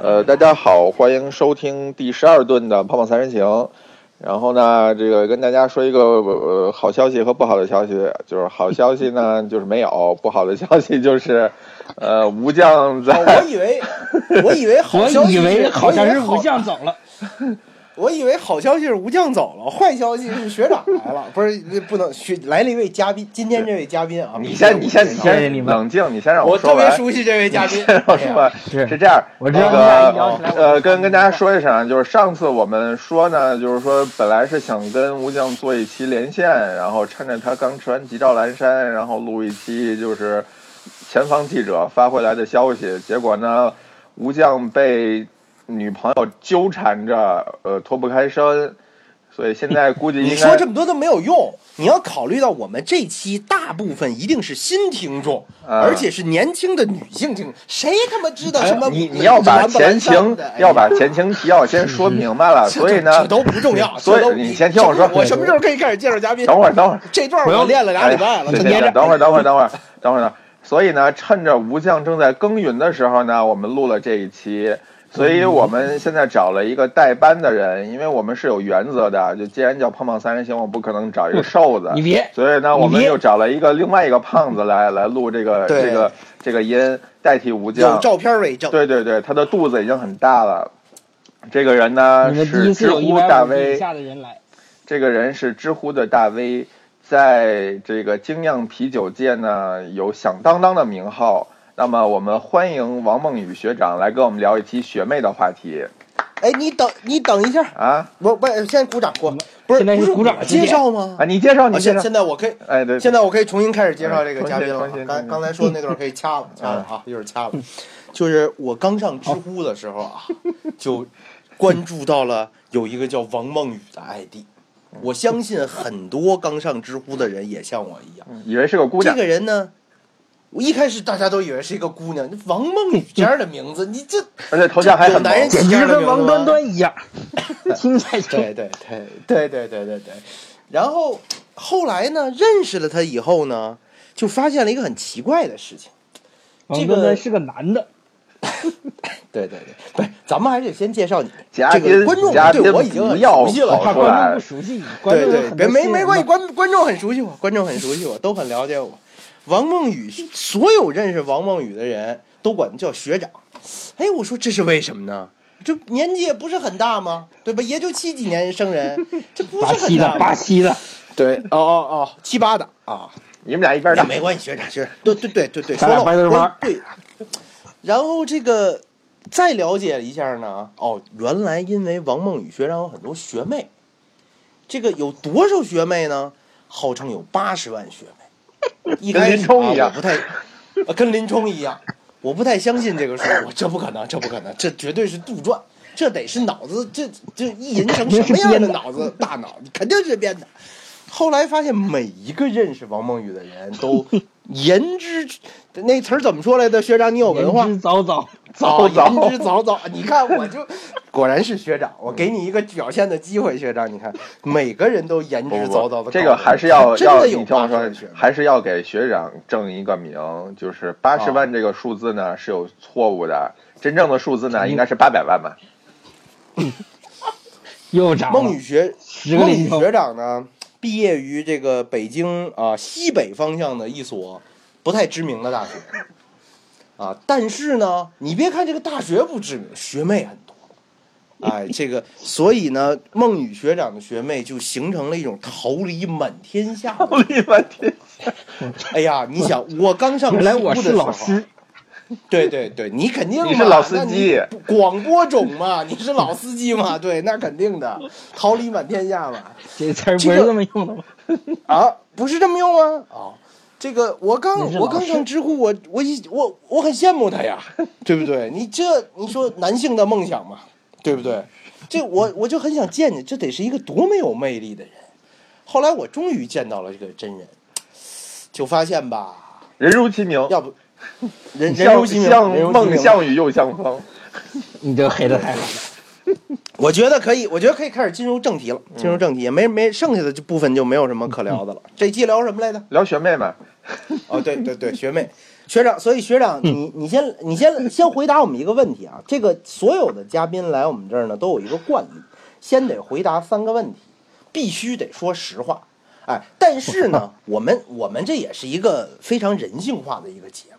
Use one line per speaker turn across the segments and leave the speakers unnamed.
呃，大家好，欢迎收听第十二顿的《胖胖三人行》。然后呢，这个跟大家说一个呃好消息和不好的消息，就是好消息 呢就是没有，不好的消息就是，呃，吴将
哦
在
我以 为，我以为好
我
消息
以
是，
为好像是
我以
武
为好，
将走了，
我以为好消息是吴将走了，坏消息是学长来了，不是不能学来了一位嘉宾，今天这位嘉宾啊，
你先，你先，你
对你
先
们
冷静，你先让
我
说
特别
完。
熟悉这位嘉宾，
先让我说完。
哎是
是这样，
我知
那
道你俩一聊
个
起来我就
呃，跟跟大家说一声，就是上次我们说呢，就是说本来是想跟吴将做一期连线，然后趁着他刚吃完急召阑珊，然后录一期就是前方记者发回来的消息，结果呢，吴将被女朋友纠缠着，呃，脱不开身，所以现在估计
你
应
说
该
这么多都没有用，你要考虑到我们这期大部分一定是新听众，
啊哎
而且是年轻的女性听众，谁他妈知道什么？
你你要把前情
的哎呀
要把前情提要先说明白了，
这
所以
这
呢
这，都不重要，
所以
这都
你先听我说
我什么时候可以开始介绍嘉宾？
等会儿等会儿。
这段我练了俩礼拜了，
哎对
今
对
天
对等会儿，等会儿，等会儿， 等会儿呢。所以呢，趁着吴将正在耕耘的时候呢，我们录了这一期。所以我们现在找了一个代班的人，因为我们是有原则的，就既然叫胖胖三人行，我不可能找一个瘦子。
你别
所以呢，我
你
们
别
又找了一个另外一个胖子来来录这个
对
这个这个音，代替吴
有
将。
照片为证。
对对对，他的肚子已经很大了。这个人呢
呃
你们第
是
一次
知
有一
乎大
百五
V
以下的人来，
这个人是知乎的大 V，在这个精酿啤酒界呢有响当当的名号。那么我们欢迎王梦雨学长来跟我们聊一期学妹的话题
哎，你等你等一下，
啊
我不先鼓掌鼓，不是
现在是
不是
鼓掌哎
我
时间
介绍吗？
啊！你介绍，你
啊
介
现
绍，
现在我可以，
哎对，
现在我可以重新开始介绍这个嘉宾了
哎重新重新嗯
啊。
重新
刚刚才说那段可以掐了，掐了啊，一会儿
嗯
掐了。就是我刚上知乎的时候 啊，就关注到了有一个叫王梦雨的 ID。我
嗯
相信很多刚上知乎的人也像我一样。
以为是个姑
这
娘，
个人呢，我一开始大家都以为是一个姑娘，王梦雨这样的名字，你这
而且头像还
有
很萌
男。人
简
这
直
样的名字
跟
吗
王端端一样， 听起来就
对对对对对对对对。然后后来呢，认识了他以后呢，就发现了一个很奇怪的事情。
王端端是个男的，
对对对，不是，咱们还是先介绍你
嘉
这
宾
个观众
嘉宾
对我已经
不
很
要
熟悉了
跑
怕
出
观众
来
不，熟悉你，观
对
众
对，
很
别
多
没
新
没
人
关系，
嘛，
观观众很熟悉我，观众很熟悉我，都很了解我。王梦雨，所有认识王梦雨的人都管他叫学长。哎，我说这是为什么呢？这年纪也不是很大嘛，对吧？也就七几年生人，这不是
巴
很
西
大
的巴
嘛。
西的，
对，哦哦哦，七八的啊，
你们俩一边
那
大。
没关系，学长学长，对对对对对，
咱
说
俩
了
掰着弯儿
对。然后这个再了解一下呢，哦，原来因为王梦雨学长有很多学妹，这个有多少学妹呢？号称有八十万学 妹，一开始
跟林冲一样
啊我不太，呃跟林冲一样，我不太相信这个数，我这不可能，这不可能，这绝对是杜撰，这得是脑子，这这意淫成什么样的脑子大脑，肯定是编的。后来发现每一个认识王梦雨的人都 言之，那词儿怎么说来的？学长，你有文化
言，之凿 凿，
凿凿
言之凿凿。 你看，我 就果然是学长，我给你一个表现的机会，学长，你看每个人都言之
不不
凿凿的。
不，这个还是要
真
要
的
你
有
听我
八十
说
万学，妹
还是要给学长正一个名，就是八十万这个数字呢是有错误的，真正的数字
嗯
呢应该是八百万吧。
又长
孟
了
雨。学
十个
孟
零
雨
头，
学长呢，毕业于这个北京啊、西北方向的一所不太知名的大学啊，但是呢，你别看这个大学不知名，学妹很多。哎，这个，所以呢，孟雨学长的学妹就形成了一种逃离满天下的。
我的妈天！
哎呀，你想，我刚上
原来
初
我
中
是
的
老
时候啊
师，
对对对，你肯定嘛
你是老司机，
那你广播种嘛，你是老司机嘛，对，那肯定的，逃离满天下嘛。
这词儿不
这
是
个
这么用的吗？
啊，不是这么用啊！哦，这个我刚
你是
我
老
刚上知乎，我我一我我很羡慕他呀， 对不对？你这你说男性的梦想嘛，对不对？这我我就很想见见，这得是一个多么有魅力的人。后来我终于见到了这个真人，就发现吧，
人如其名，
要不 人人
像
如其名，
像
人如其
孟
名
项羽又相逢。
你这黑的太狠了，
我觉得可以，我觉得可以开始进入正题
嗯
了。进入正题，没没剩下的这部分就没有什么可聊的了。这期聊什么来着？
聊学妹嘛，
哦，对对对，学妹，学长，所以学长，你你先你先先回答我们一个问题啊。这个所有的嘉宾来我们这儿呢，都有一个惯例，先得回答三个问题，必须得说实话。哎，但是呢，我们我们这也是一个非常人性化的一个节目，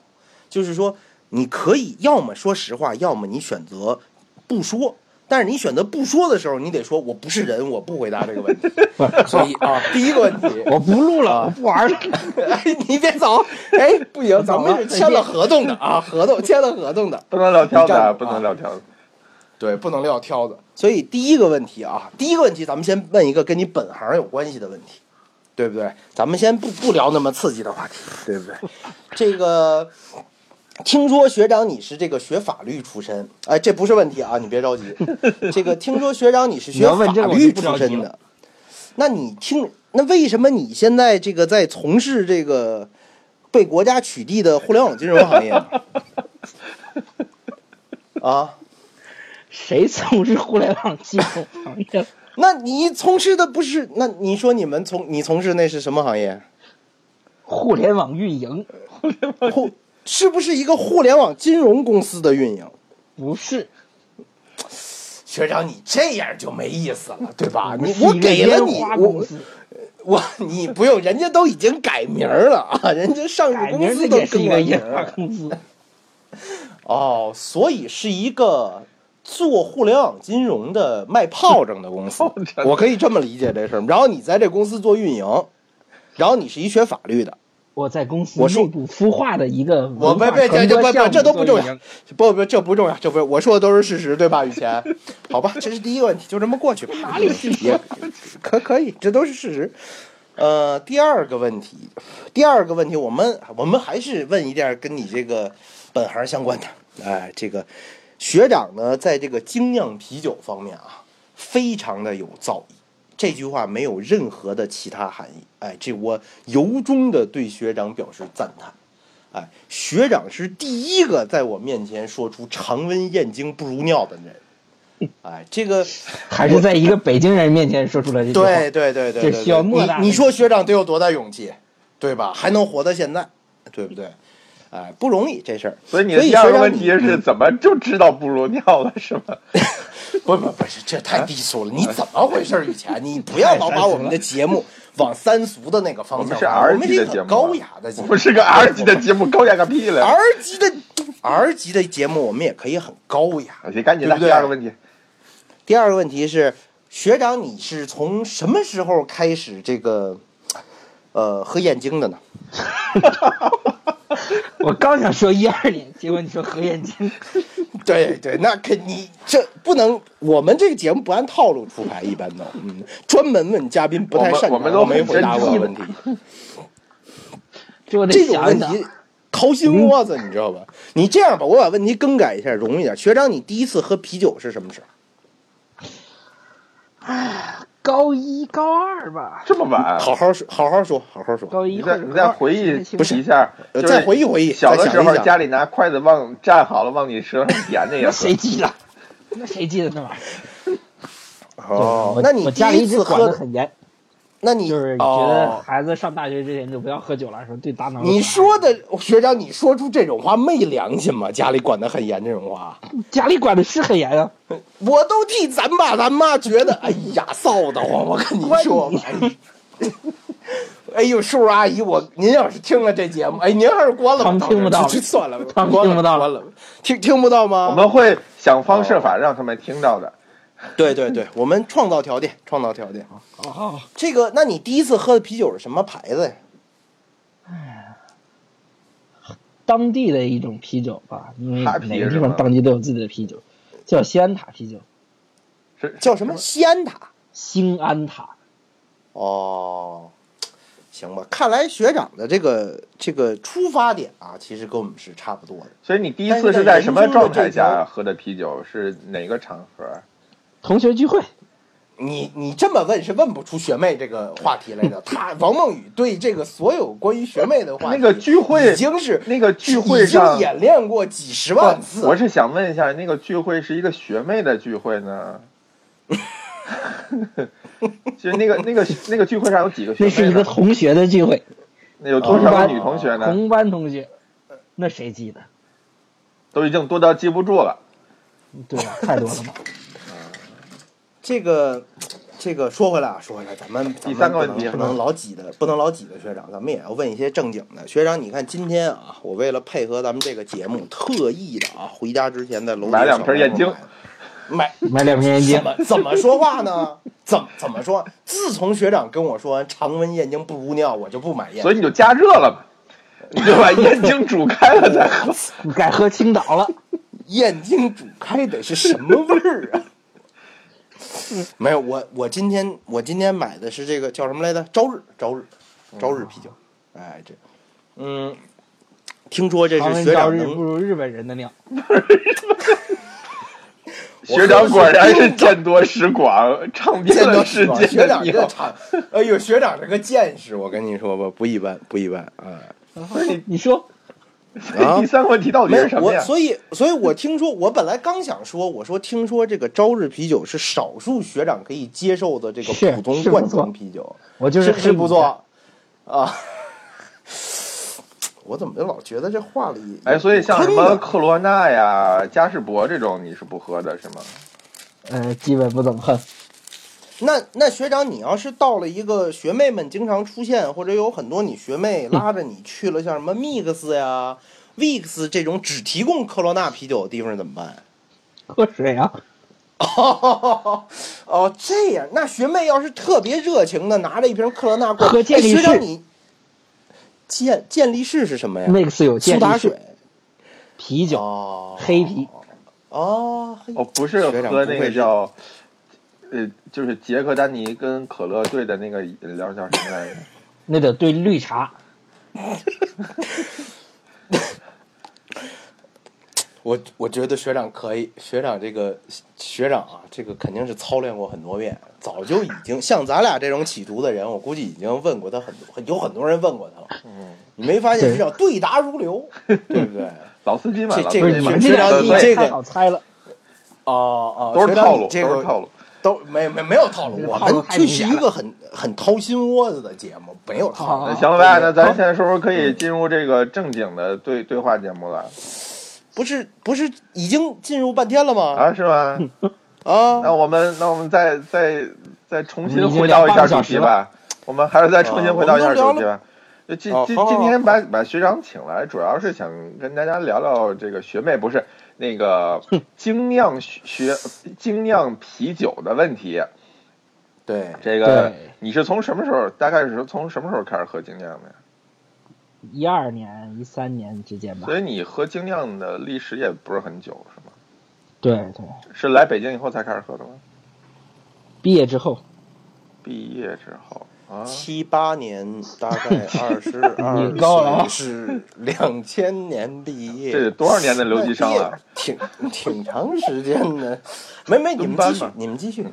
就是说你可以要么说实话，要么你选择不说。但是你选择不说的时候，你得说我不是人，我不回答这个问题。所以啊，第一个问题，
我不录
啊
了，我不玩了。
哎，你别走！哎，不行，咱们是签了合同的啊，合同签了合同的，
不能撂挑子
你
啊，
站
不能撂挑子。
对，不能撂挑子。所以第一个问题啊，第一个问题，咱们先问一个跟你本行有关系的问题，对不对？咱们先不不聊那么刺激的话题，对不对？这个，听说学长你是这个学法律出身，哎，这不是问题啊，你别着急。这个听说学长你是
你
学
要问这
法
个
律
我就不着
出
急
身的
了，
那你听，那为什么你现在这个在从事这个被国家取缔的互联网金融行业呢？ 啊，
谁从事互联网金融行业了？
那你从事的不是？那你说你们从你从事那是什么行 业？
互联网运营
互是不是一个互联网金融公司的运营？
不是
学长，你这样就没意思了，对吧？啊你
是
我
一个
给了
烟
你，
花公
我
司
我你不用，人家都已经改名儿了 啊，人家上市
改
公
名
司
的
都
也是
更
一
了
个
名
烟花
儿。
公司，
哦，所以是一个做互联网金融的卖炮仗的公司， 我可以这么理解这事儿。然后你在这公司做运营，然后你是一学法律的，
我在公司
我说
内部孵化的一个文
我
化
不不这
传
这
播
不
项
不
目
这都不重
做运
要
营，
不不这不重要，这不是我说的都是事实，对吧？雨前，好吧，这是第一个问题，就这么过去吧。哪里也可可以，这都是事实。呃，第二个问题，第二个问题，我们我们还是问一点跟你这个本行相关的。哎，这个学长呢，在这个精酿啤酒方面啊，非常的有造诣。这句话没有任何的其他含义，哎，这我由衷的对学长表示赞叹。哎，学长是第一个在我面前说出“常温燕京不如尿”的人。 哎，这个
还是在一个北京人面前说出了这句话。
对对对对对
这需要
对
莫大的
你。你说学长得有多大勇气，对吧？还能活到现在，对不对？哎，不容易这事儿。
所以你的
所以嗯
第二
学
个
长
问
你
题是怎么就知道不如尿了是吗？
不不不是，这太
啊
低俗了！你怎么回事儿，雨前？你不要老把我们的节目往三俗的那个方
我们
向
是
发展，
R
我们
级
是一
的节
个
目，
高雅 的节目，
我们是 个 R 级的节目，高雅个屁了！
R 级的 R 级的节目，我们也可以很高雅。
你赶紧来
对不对
第二个问题，
第二个问题是，学长，你是从什么时候开始这个呃喝燕京的呢？
我刚想说一二年，结果你说何燕京，
对对，那肯你这不能，我们这个节目不按套路出牌，一般都嗯，专门问嘉宾不太擅长，
我们我们
没
都很
回答过的
真
问题。
这我得
这种
想
问
一想。
题掏心窝子，你知道吧？你这样吧，我把问题更改一下，容易点。学长，你第一次喝啤酒是什么时候？
高一高二吧，
这么晚，啊
好好说，好好说，好好说。
啊高一
你
或
再
者
你
高
再
二
回忆
那
一
情况
下，
呃
就是
再回忆回忆，
小的时
再想
候
一想
家里拿筷子往站好了往你舌上点那也
那
是
谁记得？那谁记得那玩意儿？
哦
我，
那你
我
第
家里
一
一
次
直管得
喝，
很严，
那你
就是觉得
哦，
孩子上大学之前就不要喝酒了，说对大脑有
你
损害
说的学长，你说出这种话昧良心吗？家里管得很严，这种话。
家里管的是很严啊，
我都替咱爸咱妈觉得，哎呀，臊得慌！我跟你说吧，哎 呦，叔叔阿姨，我您要是听了这节目，哎，您还是关了吧，
他们听不到了
就就算了吧，
他们
关
听不到了
关了吧，听听不到吗？
我们会想方设法让他们听到的。
对对对，我们创造条件，创造条件。
哦，
这个，那你第一次喝的啤酒是什么牌子呀？
当地的一种啤酒吧，因为
哈啤
每个地
是吧
方当地都有自己的啤酒，叫西安塔啤酒，
是
叫什么？西安塔。
兴安塔。
哦，行吧，看来学长的这个这个出发点啊，其实跟我们是差不多的。
所以你第一次是在什么状态下喝的啤酒？是哪个场合？
同学聚会，
你你这么问是问不出学妹这个话题来的。她王梦雨对这个所有关于学妹的话题，
那个聚会
已经是
那个聚会
已经
上
演练过几十万次
我是想问一下，那个聚会是一个学妹的聚会 呢？就是那个那个那个聚会上有几个学妹
那
呢？
是一个同学的聚会，
有多
哦
红
少个
班
女同学呢？
红班同学，那谁记得？
都已经多到记不住了。
对 呀、太多了吧？
这个，这个说回来啊，说回来，咱们咱
第
们
三个
不
问
能
题
不能老挤的，不能老挤的学长，咱们也要问一些正经的学长。你看今天啊，我为了配合咱们这个节目，特意的啊，回家之前在楼底
买两
小
瓶
卖
燕
部
京
买的，买
买两瓶燕京
怎，么怎么说话呢？怎么怎么说？自从学长跟我说完“常温燕京不污尿”，我就不买燕
所以你就加热 了嘛，你就把燕京煮开了再喝。
你改喝青岛了。
燕京煮开得是什么味儿啊？ 没有，我我今天我今天买的是这个叫什么来着？朝日朝日朝日啤酒，哎这，嗯，听说这
他
是
们
学
照
长
日不
能，
如日本人的尿，
学长果然是见多识 广，唱遍
见
了
到
世
吧
界
学
的
长这个
鸟。
场，哎呦，学长这个见识，我跟你说吧，不一般不一般啊。
你说
所以 第三个问题到底
没有
是什么
我，
呀？
所以所以我听说，我本来刚想说，我说听说这个朝日啤酒是少数学长可以接受的这个
是
普通
是不
罐
错
装啤酒，
我就
是
是
不是
黑
不
你
错啊？ 我怎么就老觉得这话里
哎，所以像什么
坑呢
克罗纳呀、嘉士伯这种，你是不喝的是吗？
呃，基本不怎么恨。
那那学长，你要是到了一个学妹们经常出现，或者有很多你学妹
嗯
拉着你去了像什么 Mix 呀、Vix 这种只提供科罗娜啤酒的地方怎么办？
喝水啊，
哦，哦，这样，那学妹要是特别热情的拿着一瓶克罗纳过来，
喝健力士
哎学长你健健力士是什哎么呀？
那个是有
苏
健
打
力
水
士、啤酒、
哦，
黑啤，
哦，黑
哦，不是
学长
喝
不
那
愧
个
是
叫，呃，就是杰克丹尼跟可乐兑的那个饮料叫什么来着？
那得兑绿茶。
我我觉得学长可以，学长这个学长啊，这个肯定是操练过很多遍，早就已经像咱俩这种企图的人，我估计已经问过他很多，有很多人问过他了。
嗯，
你没发现学长对答 如流，对不对？
老司机嘛，
这
老司
这
不
个
是
机
你
嘛
哎学
们，这
长
两
你
个
这个
太好猜了，
哦
呃
哦，
都是
学长
套路，
这
都
个
是套路。
都没没没有套路，我
套路
们
太
这
明
是
显
一
了
个很很掏心窝子的节目，没有套路。
好
那
啊
行了吧，那
哦对嗯
咱现在是不是可以进入这个正经的对对话节目了？
不是不是已经进入半天了吗？
啊，是吗？那
啊，
我们那我们再再再重新
我们已经
回到一
聊半
下
个小
主
时
题
了哦
吧。我们还是再重
啊
新回到一
我
下
们都
主
聊
题吧。就今
哦
今
好好
今
好
天把把学长请来，主要是想跟大家聊聊这个学妹不是那 个精酿学精酿啤酒的问题。
对，
这个
对
你是从什么时候？大概是从什么时候开始喝精酿的呀？
一二年、一三年之间吧
所。以你喝精酿的历史也不是很久，是吗？
对对，
是来北京以后才开始喝的吗？
毕业之后，
毕业之后啊，
七八年，大概二十二
你高了啊
岁是两千年毕业，
这得多少年的留级生啊了？
挺挺长时间的。没没，你们
蹲
继
班
续
吧，哦
你们继续啊，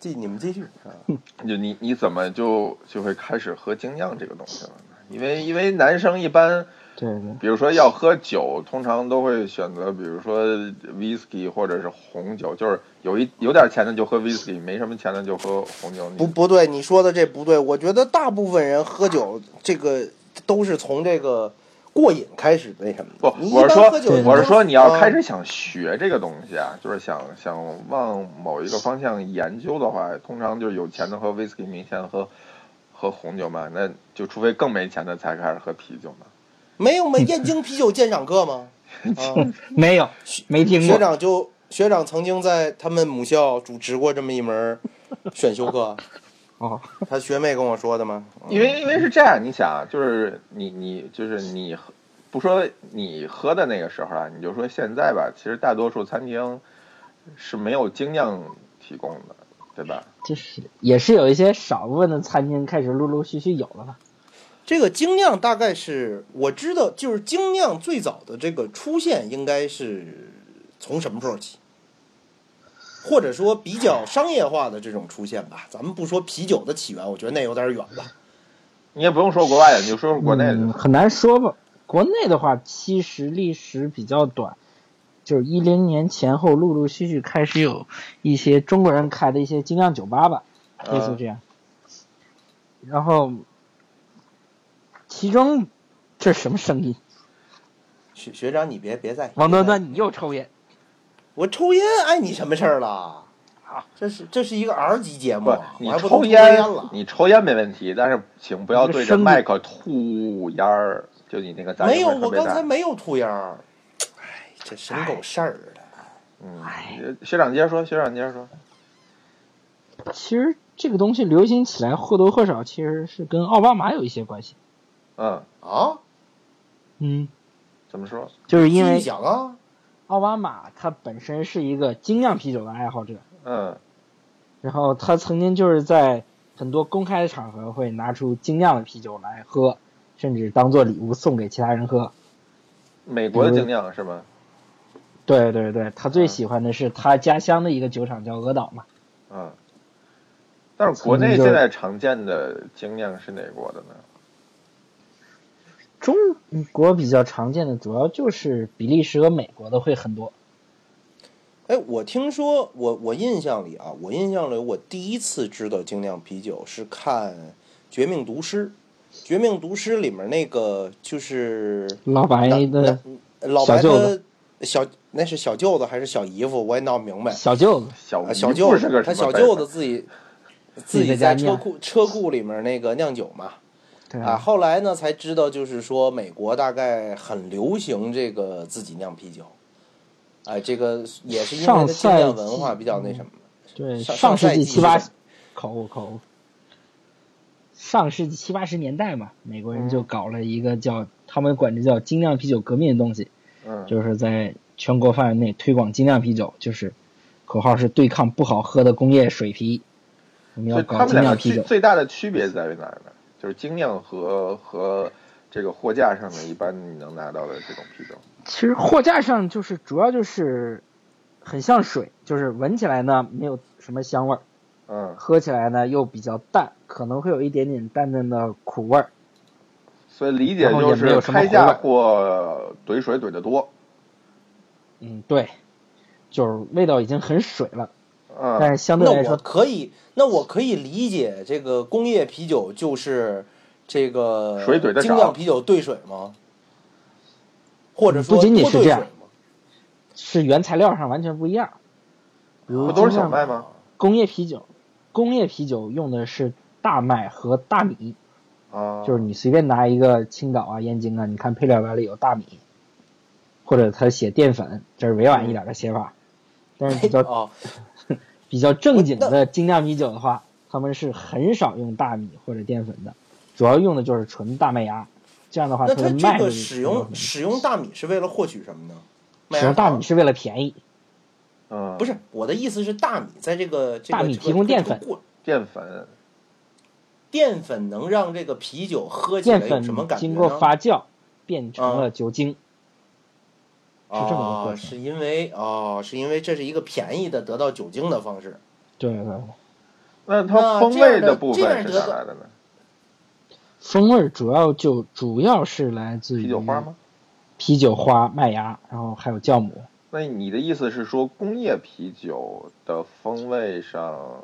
继你们继续啊。
就你你怎么就就会开始喝精酿这个东西了呢？因为因为男生一般，
对对，
比如说要喝酒，通常都会选择比如说 whisky 或者是红酒，就是有一有点钱的就喝 whisky，没什么钱的就喝红酒。
不
你
不对，你说的这不对。我觉得大部分人喝酒，这个都是从这个过瘾开始那什么的。
不
你，一
我是
般
说
喝酒
对
都
我是说你要
啊
开始想学这个东西啊，就是想想往某一个方向研究的话，通常就是有钱的喝 whisky，没钱喝喝红酒嘛，那就除非更没钱的才开始喝啤酒嘛。
没有吗？燕京啤酒鉴赏课 吗？啊，
没有没听
学
过。
长就学长曾经在他们母校主持过这么一门选修 课，
哦，
他学妹跟我说的吗？嗯
因为因为是这样，你想啊，就是你你就是你喝，不说你喝的那个时候啊，你就说现在吧，其实大多数餐厅是没有精酿提供的，对吧？
就是也是有一些少部分的餐厅开始陆陆续续有了吧？
这个精酿大概是我知道，就是精酿最早的这个出现应该是从什么时候起？或者说比较商业化的这种出现吧，咱们不说啤酒的起源，我觉得那有点远了。
你也不用说国外的，你就说说国内的。
嗯、很难说吧。国内的话，其实历史比较短，就是一零年前后陆陆续续开始有一些中国人开的一些精酿酒
嗯
吧吧，类似这样。然后，其中这是什么声音？
学学长，你别别在意。
王
别
端
在意
端，你又抽烟？
我抽烟碍你什么事儿了
啊？
这是这是一个 R 级节目
不，，
哦我
你
还不能
抽
烟
烟
了，。
你抽烟没问题，但是请不要对着
你这声音
麦克吐烟儿，就你那个杂
没
音
有，
会
我
特别
刚
大
才。没有吐烟儿。哎，这神狗事儿的。
哎，
呃学长接着说，学长接着说，
其实这个东西流行起来或多或少其实是跟奥巴马有一些关系。
嗯，
啊，
嗯，
怎么说？
就是
继
因
续
为
讲啊，
奥巴马他本身是一个精酿啤酒的爱好者，
嗯
然后他曾经就是在很多公开的场合会拿出精酿的啤酒来喝，甚至当做礼物送给其他人喝。，
美国的精酿是吗？
对对对，他最
嗯
喜欢的是他家乡的一个酒厂叫鹅岛嘛。
嗯，但是国内
曾经就是
现在常见的精酿是哪国的呢？
中国比较常见的主要就是比利时和美国的会很多。
哎，我听说，我我印象里啊，我印象里，我第一次知道精酿啤酒是看《绝命毒师》，《绝命毒师》里面那个就是
老白的
那老白
哎小舅
的小那是小舅子还是小姨夫，我也闹不明白。
小舅子，
小
啊，
吴
小舅
不是
子
个，
他
什么
小
辈分
舅子自己自
自己
己
在
在
家
车
酿
库车库里面那个酿酒嘛。
对
啊，，后来呢才知道，就是说美国大概很流行这个自己酿啤酒，哎，这个也是因为它
上
精
赛
酿文
季
化比较那什么。
对，
上
上世
上
纪
世纪
七八
是
十，口误口误，上世纪七八十年代嘛，美国人就搞了一个叫、他们管这叫精酿啤酒革命的东西，
嗯
就是在全国范围内推广精酿啤酒，就是口号是对抗不好喝的工业水啤，我们
所
要
以他
搞
们
精
两个
酿啤
最
酒。
最大的区别在于哪儿呢？就是精酿和和这个货架上的一般你能拿到的这种啤酒。
其实货架上就是主要就是很像水，就是闻起来呢没有什么香味儿，
嗯，
喝起来呢又比较淡，可能会有一点点淡淡的苦味儿。
所以理解
然后
就
也没
是
有什么
开价
口味
货怼水怼得多。
嗯，对，就是味道已经很水了，但
嗯，
是相对来
啊那我
说，
可以，那我可以理解这个工业啤酒就是这个
水怼得
精
少
酿啤酒兑水吗？或者说
不仅仅
多
是
兑
这样
水吗
是原材料上完全不一样。比如
不
啊
都是
精
小
酿
麦吗？
工业啤酒，工业啤酒用的是大麦和大米，
啊，
就是你随便拿一个青岛啊、燕京啊，你看配料表里有大米，或者他写淀粉，这是委婉一点的写法。但是比较
啊，
比较正经
嗯我那
的精酿啤酒的话，他们是很少用大米或者淀粉的，主要用的就是纯大麦芽。这样的话，
那
它
它
的麦
这
子
个
就
使
更好
用
喝
使用大米是为了获取什么呢？麦
使
芽
用大
糖
米是为了便宜，
嗯，
不是我的意思是大米在这个这个
大米
这个
提供
这个
淀粉
过
淀粉。
淀粉能让这个啤酒喝起来
淀
有什么
粉
感觉呢？
经过发酵变成了酒精。是这么个过
啊，
程
是因为哦，是因为这是一个便宜的得到酒精的方式。
对对对，
那它
那
风
这样
味
的
部
这样
分是
得
哪
到
来的呢？
风味儿主要就主要是来自于
啤酒花吗？
啤酒花、麦芽，然后还有酵母。
那你的意思是说，工业啤酒的风味上，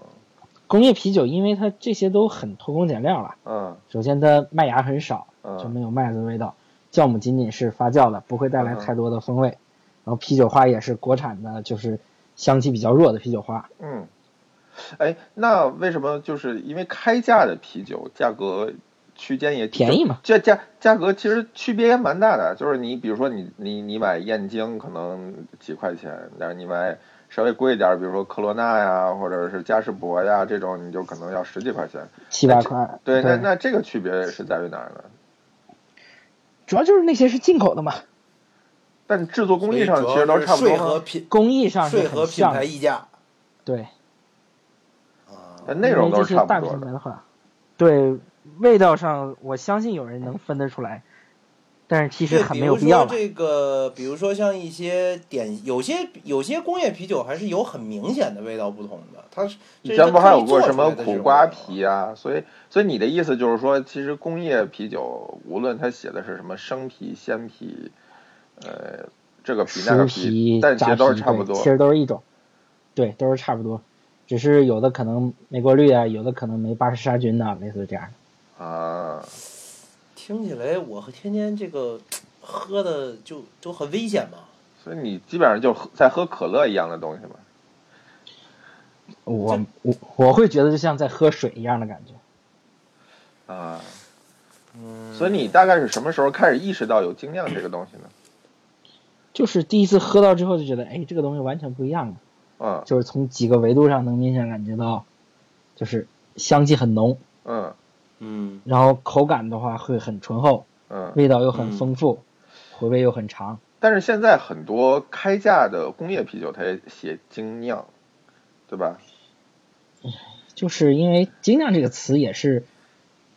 工业啤酒因为它这些都很偷工减料了，
嗯
首先它麦芽很少，就
嗯
没有麦子的味道，酵母仅仅是发酵的，不会带来
嗯
太多的风味。然后啤酒花也是国产的，就是香气比较弱的啤酒花。
嗯，哎，那为什么就是因为开价的啤酒价格区间也
便宜嘛？
这价价格其实区别也蛮大的，就是你比如说你你你买燕京可能几块钱，但是你买稍微贵一点儿，比如说科罗娜呀，或者是嘉士伯呀这种，你就可能要十几块钱。
七八块，
对，那
对，
那这个区别是在于哪儿呢？
主要就是那些是进口的嘛，
但制作工艺
所
上
以主
其
要
实都
是
差不多
税和
吗，
品
工艺上是
税和
很
品
像
牌
的，
溢价
对，
啊。
但内容
因为
都
这
是
些
差
大
不多
品牌
的。
的话，对味道上，我相信有人能分得出来，但是其实
对，
很
比
没有
如
必要
说
了。
这个，比如说像一些点，有些有些工业啤酒还是有很明显的味道不同的。它是
以前不还有过什么苦瓜？
这是它特意做出来的这种味
啤啊？所以，所以你的意思就是说，其实工业啤酒无论它写的是什么生啤、鲜啤，呃，这个啤那个
熟
啤
皮、，
但其
扎
实
皮，
都是差不
对
多
其。实都是一种，对，都是差不多，只是有的可能没过滤啊，有的可能没巴氏杀菌呐、类似这样的。
啊，
道听起来我和天天这个喝的就都很危险嘛。
所以你基本上就喝在喝可乐一样的东西嘛。
我我我会觉得就像在喝水一样的感觉。
啊，
嗯
所以你大概是什么时候开始意识到有精酿这个东西呢？
就是第一次喝到之后就觉得，哎，这个东西完全不一样了。
嗯
就是从几个维度上能明显感觉到，就是香气很浓，
嗯
嗯
然后口感的话会很醇厚，
嗯。
味道又很丰富，回味又很长。
但是现在很多开价的工业啤酒它也写精酿，对吧？
就是因为“精酿”这个词也是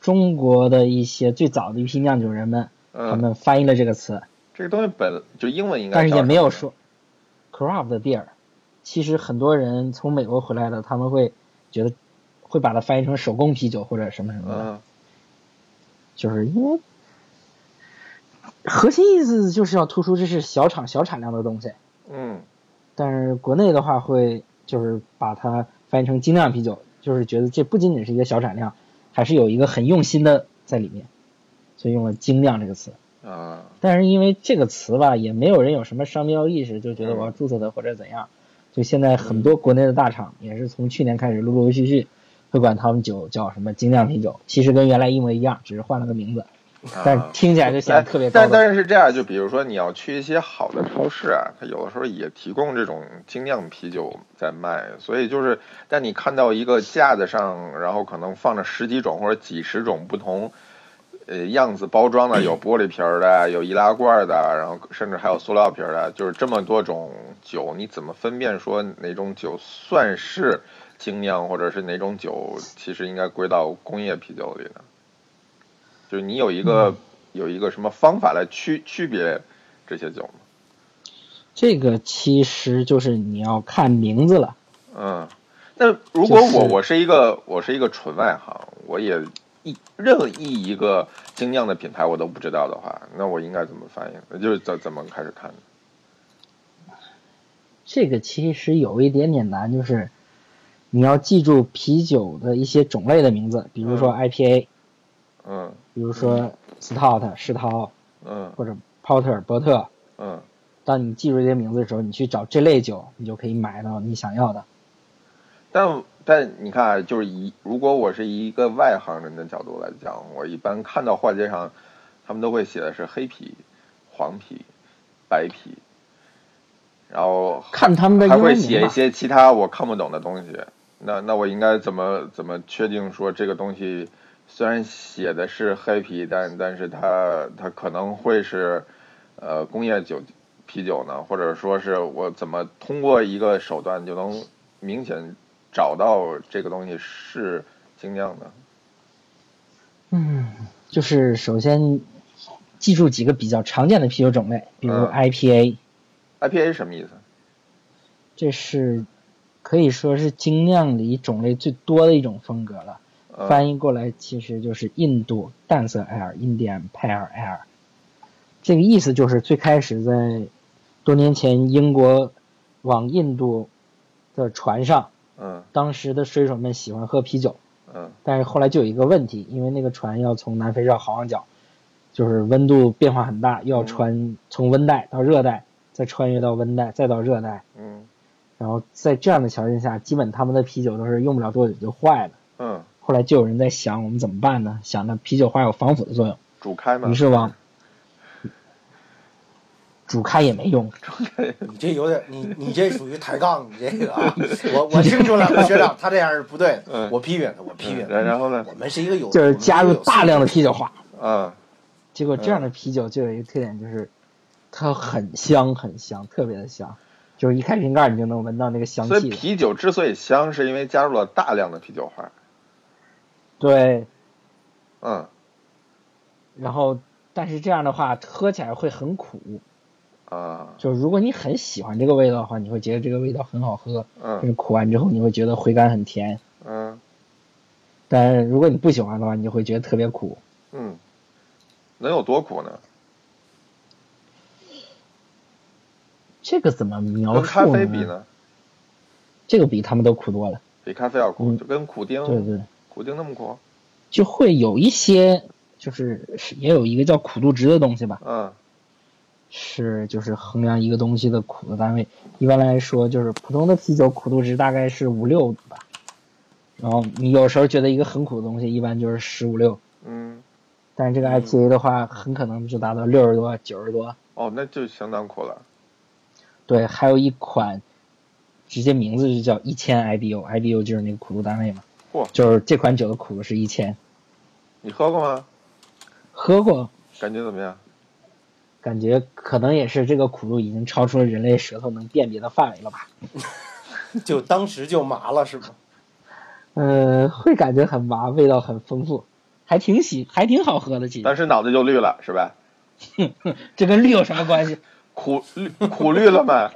中国的一些最早的一批酿酒人们，他
嗯，
们翻译了这个词，
这个东西本就英文应该
但
叫什么，
是也没有说 craft beer。其实很多人从美国回来的，他们会觉得会把它翻译成手工啤酒或者什么什么的。
嗯。
就是因为核心意思就是要突出这是小厂小产量的东西，
嗯
但是国内的话会就是把它翻译成精酿啤酒，就是觉得这不仅仅是一个小产量，还是有一个很用心的在里面，所以用了精酿这个词。
啊
但是因为这个词吧，也没有人有什么商标意识，就觉得我要注册它或者怎样。就现在很多国内的大厂也是从去年开始陆陆续续会管他们酒叫什么精酿啤酒，其实跟原来一模一样，只是换了个名字。
啊
但是听起来就显得特别高
但
端。
但是这样，就比如说你要去一些好的超市啊，它有的时候也提供这种精酿啤酒在卖，所以就是，但你看到一个架子上，然后可能放着十几种或者几十种不同。呃，样子包装的有玻璃瓶儿的，有易拉罐的，然后甚至还有塑料瓶儿的，就是这么多种酒，你怎么分辨说哪种酒算是精酿，或者是哪种酒其实应该归到工业啤酒里呢？就是你有一个、
嗯
有一个什么方法来区区别这些酒吗？
这个其实就是你要看名字了。
嗯，那如果我、
就是
我是一个我是一个纯外行，我也一任意一个精酿的品牌我都不知道的话，那我应该怎么翻译？就是怎怎么开始看呢？
这个其实有一点点难，就是你要记住啤酒的一些种类的名字，比如说 IPA，、
嗯
比如说 Stout、世涛
嗯
或者 Porter、伯特。
嗯
当你记住这些名字的时候，你去找这类酒，你就可以买到你想要的。
但但你看啊，就是以如果我是以一个外行人的角度来讲，我一般看到画街上，他们都会写的是黑啤、黄啤、白啤，然后
看他们的
还
英
会
文名
写一
吧。
些其他我看不懂的东西。那那我应该怎么怎么确定说这个东西虽然写的是黑啤，但但是它它可能会是呃工业酒啤酒呢？或者说是我怎么通过一个手段就能明显找到这个东西是精酿的？
嗯，就是首先记住几个比较常见的啤酒种类，比如
嗯
IPA，、
IPA 是什么意思？
这是可以说是精酿里种类最多的一种风格了。
嗯
翻译过来其实就是印度淡色 ale、印第安 pale ale。这个意思就是最开始在多年前英国往印度的船上，
嗯
当时的水手们喜欢喝啤酒，
嗯
但是后来就有一个问题，因为那个船要从南非绕好望角，就是温度变化很大，要穿从温带到热带，再穿越到温带，再到热带，
嗯
然后在这样的条件下，基本他们的啤酒都是用不了多久就坏了。
嗯，
后来就有人在想，我们怎么办呢？想着啤酒花有防腐的作用，
主开嘛
于。是往煮开也没用，
你这有点，你你这属于抬杠，你这个啊，我我听出来了，学长他这样是不对的
嗯，
我批评他，我批评
嗯
他。
然然后呢
我？们是一个有
就是加入大量的啤酒花。
嗯
结果这样的啤酒就有一个特点，就是它很香很香，特别的香，就是一开瓶盖你就能闻到那个香
所以
气了。
啤酒之所以香，是因为加入了大量的啤酒花。
对，
嗯
然后但是这样的话喝起来会很苦，
啊
就是如果你很喜欢这个味道的话，你会觉得这个味道很好喝，但
嗯
是苦完之后你会觉得回甘很甜。
嗯
但是如果你不喜欢的话，你就会觉得特别苦。
嗯，能有多苦呢？
这个怎么描
跟咖
述
啡比？呢？
这个比他们都苦多了。
比咖啡要苦，
嗯
就跟苦丁
对对，
苦丁那么苦。
就会有一些就是是也有一个叫苦度值的东西吧，
嗯
是就是衡量一个东西的苦的单位。一般来说，就是普通的啤酒苦度值大概是五六吧。然后你有时候觉得一个很苦的东西，一般就是十五六，
嗯，
但是这个 IPA 的话，很可能就达到六十多、九十多。
哦，那就相当苦了。
对，还有一款，直接名字就叫一千 IBU，IBU 就是那个苦度单位嘛
嚯。
就是这款酒的苦度是一千，
你喝过吗？
喝过，
感觉怎么样？
感觉可能也是这个苦度已经超出了人类舌头能辨别的范围了吧？
就当时就麻了是吗？
呃，会感觉很麻，味道很丰富，还挺喜，还挺好喝的。其
但
实
是脑袋就绿了，是吧？
这跟绿有什么关系？
苦绿苦绿了 嘛？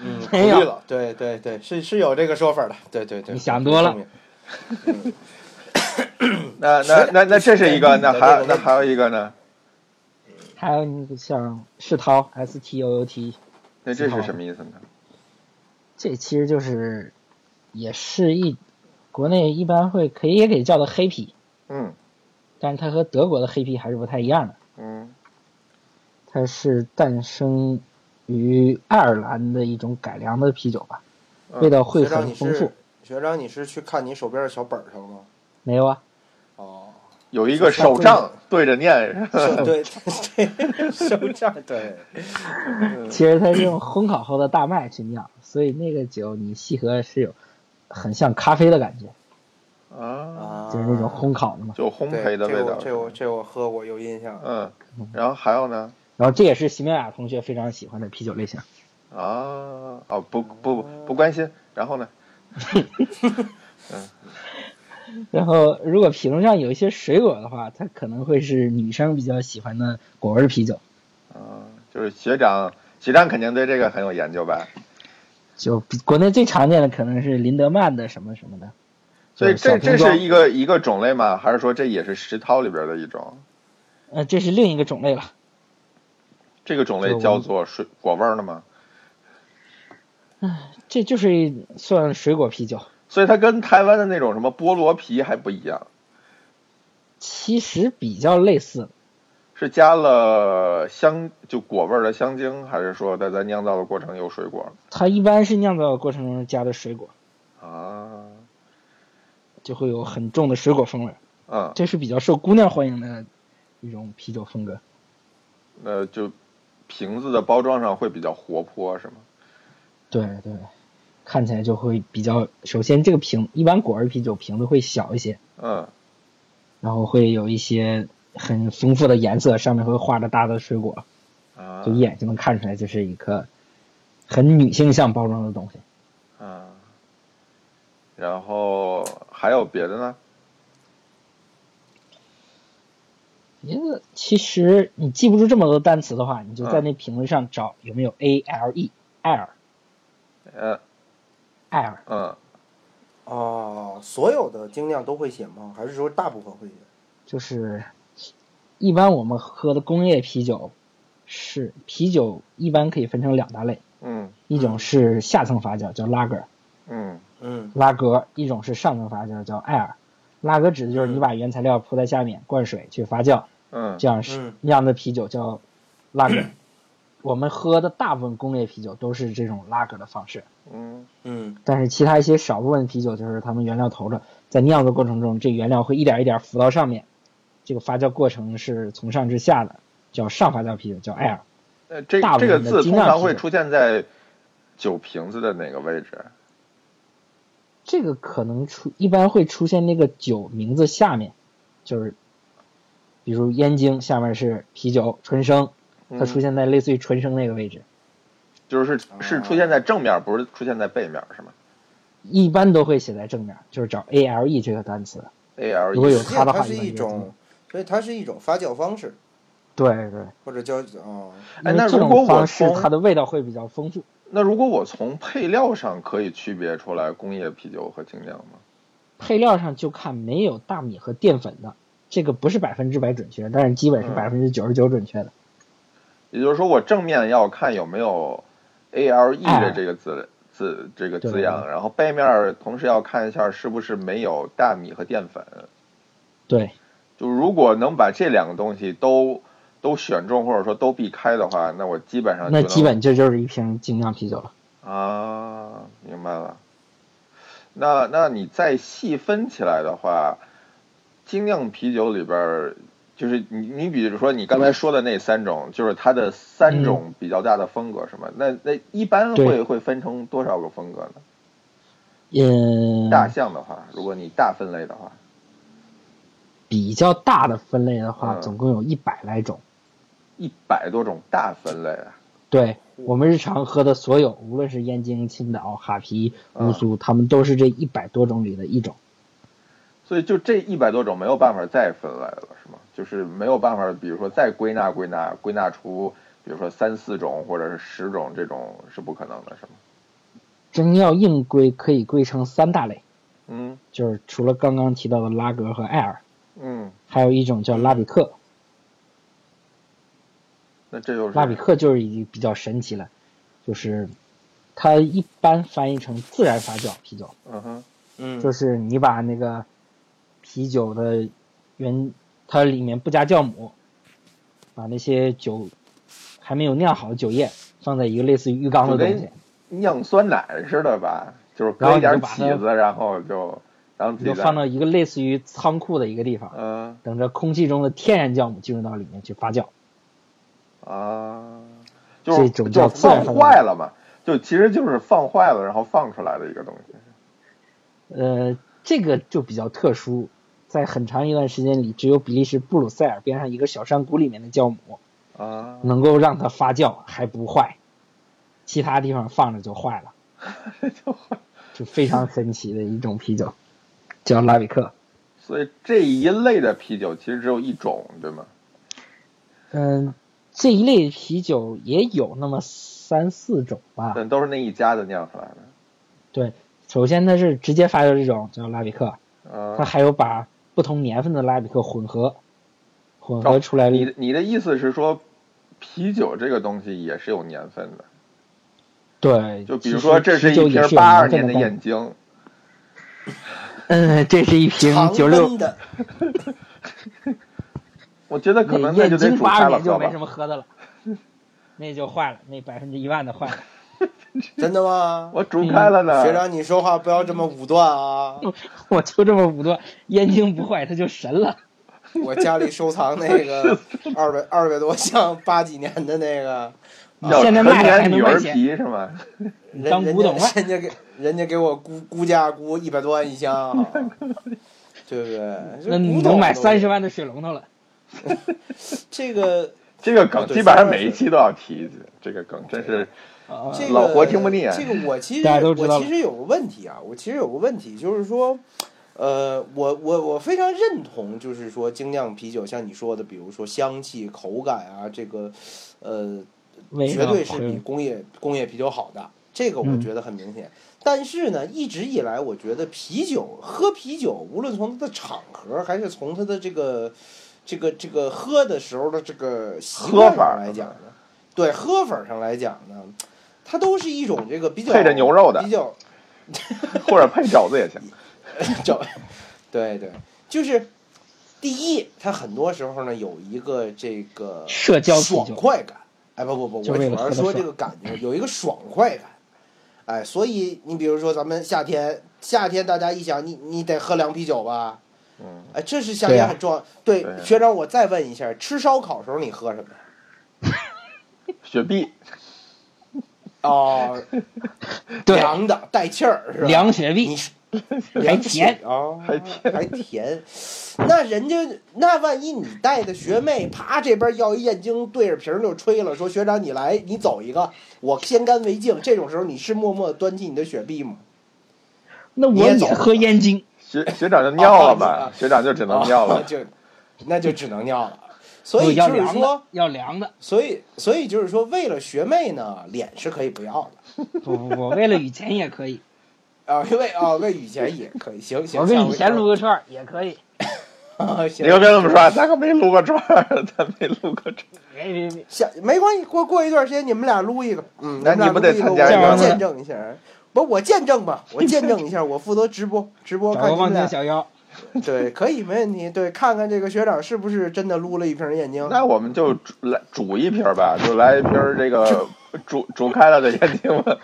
嗯，
没有
鼓励了，对对对，是是有这个说法的，对对对，
你想多了
我同意。
那那那那这是一个，那还有那还有一个呢？
还有那个像世涛 S T O O T，
那这是什么意思呢？
这其实就是也是一国内一般会可以也给叫的黑啤，
嗯
但是它和德国的黑啤还是不太一样的。
嗯
它是诞生于爱尔兰的一种改良的啤酒吧，
嗯
味道会
学长
很
你
丰富
是。学长你是去看你手边的小本儿上了吗？
没有啊，
哦，
有一个手杖对着念，
是对对，手账对，
其实它是用烘烤后的大麦去酿，所以那个酒你细喝是有很像咖啡的感觉，
啊，
啊，
就是那种烘烤的嘛。
就烘
对
焙的味道。
这我这我这我喝过，有印象。
嗯，然后还有呢？
然后这也是席妙雅同学非常喜欢的啤酒类型。
啊哦不不不关心，然后呢？
然后如果品种上有一些水果的话，它可能会是女生比较喜欢的果味啤酒，
啊，就是学长学长肯定对这个很有研究吧？
就比国内最常见的可能是林德曼的什么什么的。
所以
就是
这
小
这
瓶装
是一个一个种类吗？还是说这也是石涛里边的一种？
呃，这是另一个种类了。
这个种类叫做水果味儿的吗？
这就是一算水果啤酒，
所以它跟台湾的那种什么菠萝啤还不一样，
其实比较类似。
是加了香就果味儿的香精，还是说它在酿造的过程有水果
它一般是酿造的过程中加的水果，
啊？
就会有很重的水果风味。
嗯，
这是比较受姑娘欢迎的一种啤酒风格。
那呃就瓶子的包装上会比较活泼，是吗？
对对，看起来就会比较。首先，这个瓶一般果儿啤酒瓶子会小一些，
嗯
然后会有一些很丰富的颜色，上面会画着大的水果，
啊
就一眼就能看出来这是一个很女性向包装的东西。
啊，然后还有别的呢？
因为其实你记不住这么多单词的话，你就在那评论上找有没有 A L E 艾尔
嗯
艾尔，
嗯，
哦，所有的精酿都会写吗？还是说大部分会写？
就是一般我们喝的工业啤酒是啤酒一般可以分成两大类，
嗯
一种是下层发酵叫拉格
嗯
嗯
拉格，一种是上层发酵叫艾尔。拉格指的就是你把原材料铺在下面，灌水去发酵，
嗯
这样是
嗯
酿的啤酒叫 拉格。我们喝的大部分工业啤酒都是这种拉格的方式。
嗯
嗯
但是其他一些少部分啤酒，就是他们原料投着，在酿的过程中，这原料会一点一点浮到上面，这个发酵过程是从上至下的，叫上发酵啤酒，叫艾尔。
呃，这
大部
这
分
个
的
字
精
通
酿
常
啤
会
酒
出现在酒瓶子的哪个位置？
这个可能出一般会出现那个酒名字下面，就是比如燕京下面是啤酒纯生，
嗯
它出现在类似于纯生那个位置，
就是是出现在正面，不是出现在背面，是吗
一般都会写在正面，就是找 A L E 这个单词。
？A L
如果
E
有它的话，
是
般
一
就
种，所以它是一种发酵方式，
对对，
或者叫哦，
哎
因
那
为这
如果
种
我
方式
从
它的味道会比较丰富。
那如果我从配料上可以区别出来工业啤酒和精酿吗？
配料上就看没有大米和淀粉的，这个不是百分之百准确，但是基本是
嗯
百分之九十九准确的。
也就是说，我正面要看有没有 A L E
哎
的这个字字这个
对
字样，然后背面同时要看一下是不是没有大米和淀粉。
对，
就如果能把这两个东西都都选中，或者说都避开的话，那我基本上
那
就
基
能
本这就是一瓶精酿啤酒了。
啊，明白了。那那你再细分起来的话，精酿啤酒里边儿，就是你你比如说你刚才说的那三种，就是它的三种比较大的风格是吗？那那一般
嗯对
会会分成多少个风格呢？
嗯，
大项的话，如果你大分类的话，
比较大的分类的话，
嗯
总共有一百来种。
一百多种大分类啊。
对我们日常喝的所有，无论是燕京、青岛、哈啤、
嗯
乌苏，他们都是这一百多种里的一种。
所以就这一百多种没有办法再分类了，是吗？就是没有办法，比如说再归纳归纳归纳出，比如说三四种或者是十种这种是不可能的，是吗？
真要硬归，可以归成三大类，
嗯
就是除了刚刚提到的拉格和艾尔，
嗯，
还有一种叫拉比克。
那这就是
拉比克就是已经比较神奇了，就是它一般翻译成自然发酵啤酒，
嗯哼
嗯，
就是 你把那个啤酒的原，它里面不加酵母，把那些酒还没有酿好的酒液放在一个类似于浴缸的
就跟
东西，
酿酸奶似的吧，就是搁一点起子，然后就然后自己
你就
再
放到一个类似于仓库的一个地方，
嗯
等着空气中的天然酵母进入到里面去发酵。
啊，就是
这种
就
叫
是放
自然发酵
坏了嘛，就其实就是放坏了，然后放出来的一个东西。
呃，这个就比较特殊，在很长一段时间里，只有比利时布鲁塞尔边上一个小山谷里面的酵母
啊，
能够让它发酵还不坏，其他地方放着就坏了，
就会
就非常神奇的一种啤酒，叫拉比克。
所以这一类的啤酒其实只有一种，对吗？
嗯，这一类啤酒也有那么三四种吧。
但都是那一家子酿出来的。
对，首先它是直接发酵这种叫拉比克，它
啊，
还有把不同年份的拉比克混合，混合出来
你
的。
的你的意思是说，啤酒这个东西也是有年份的，
对，
就比
其
如
实
说这
啤
是
酒
一
也
瓶
是有
八二
年
年的
份的概念
燕京，
嗯，这是一瓶
常
九六
温，的，
我觉得可能那
燕
就得
京
煮
八
开
二
了
年就
喝
没
吧
什。么喝的了，那就坏了，那百分之一万的坏了。
真的 吗？
我煮开了呢，
学长，你说话不要这么武断啊！
我就这么武断，燕京不坏它就神了。
我家里收藏那 个二百二百多箱八几年的那个，
你
叫
现在
陈
卖了还
年
能
女
卖
儿
钱，
皮是吗？
人
当古董
人
卖
家人家给人家给我估估价估一百多万一箱、啊 对不对？
那
这
你
古董
能买
都
三十？万的水龙头了。
这个
这个梗
哦对
基本上每一期都要提一句，这个梗真是
啊
这个
老活听不腻
这个我其实
大家都知道
我其实有个问题啊，我其实有个问题就是说，呃，我我我非常认同，就是说精酿啤酒像你说的，比如说香气、口感啊，这个呃，
味
绝
道
对是
好
嗯
比
用
工业工业啤酒好的，这个我
嗯
觉得很明显。但是呢，一直以来，我觉得啤酒喝啤酒，无论从它的场合，还是从它的这个这个这个喝的时候的这个习惯
喝法
上来讲呢，对喝法上来讲呢，它都是一种这个比较
配着牛肉的
比较
或者配饺子也行。
找，对对，就是第一，它很多时候呢有一个这个
社交啤酒
爽快感。哎，不不不，
就
我
为
主
了
要
喝
是
得
说
爽
这个感觉有一个爽快感。哎，所以你比如说咱们夏天，夏天大家一想，你你得喝凉啤酒吧？
嗯，
哎，这是夏
对
天
呀
很重要。对啊
对呀
学长，我再问一下，吃烧烤时候你喝什么？
雪碧
哦，
对，
凉的带气儿是吧？
凉雪 碧
啊你还
哎甜
啊，
还甜
还甜。那人家那万一你带的学妹，啪这边要一燕京对着瓶儿就吹了，说学长你来，你走一个，我先干为敬。这种时候你是默默端起你的雪碧吗？
那
你
我
也
也
走
喝燕京，
学学长就尿了
啊
嘛
啊，
学长就只能尿
啊
了。
就那就只能尿了。所以
要
就是
凉
说
的，，要凉的。
所以所以就是说，为了学妹呢，脸是可以不要的
不不不，为了雨前也 可以，
啊，因为啊，为以前也可以，行行，
我
下
跟
回
雨前
说
撸个串儿也可以。
啊， 行，
你可别这么说，咱可没撸过串儿，咱没撸过串儿。
别别别，
下没关系，过过一段时间你们俩撸一个，嗯，
那
咱们俩
你不得
撸一
参
个
加
一个
我
吗
见 证一下，不，我见证吧，我见证一下，我负责直播，直播
找
看
个
你们
望
俩哎
京小妖，
对，可以，没问题。对，看看这个学长是不是真的撸了一瓶燕京。
那我们就煮来煮一瓶吧，就来一瓶这个煮煮开了的燕京吧，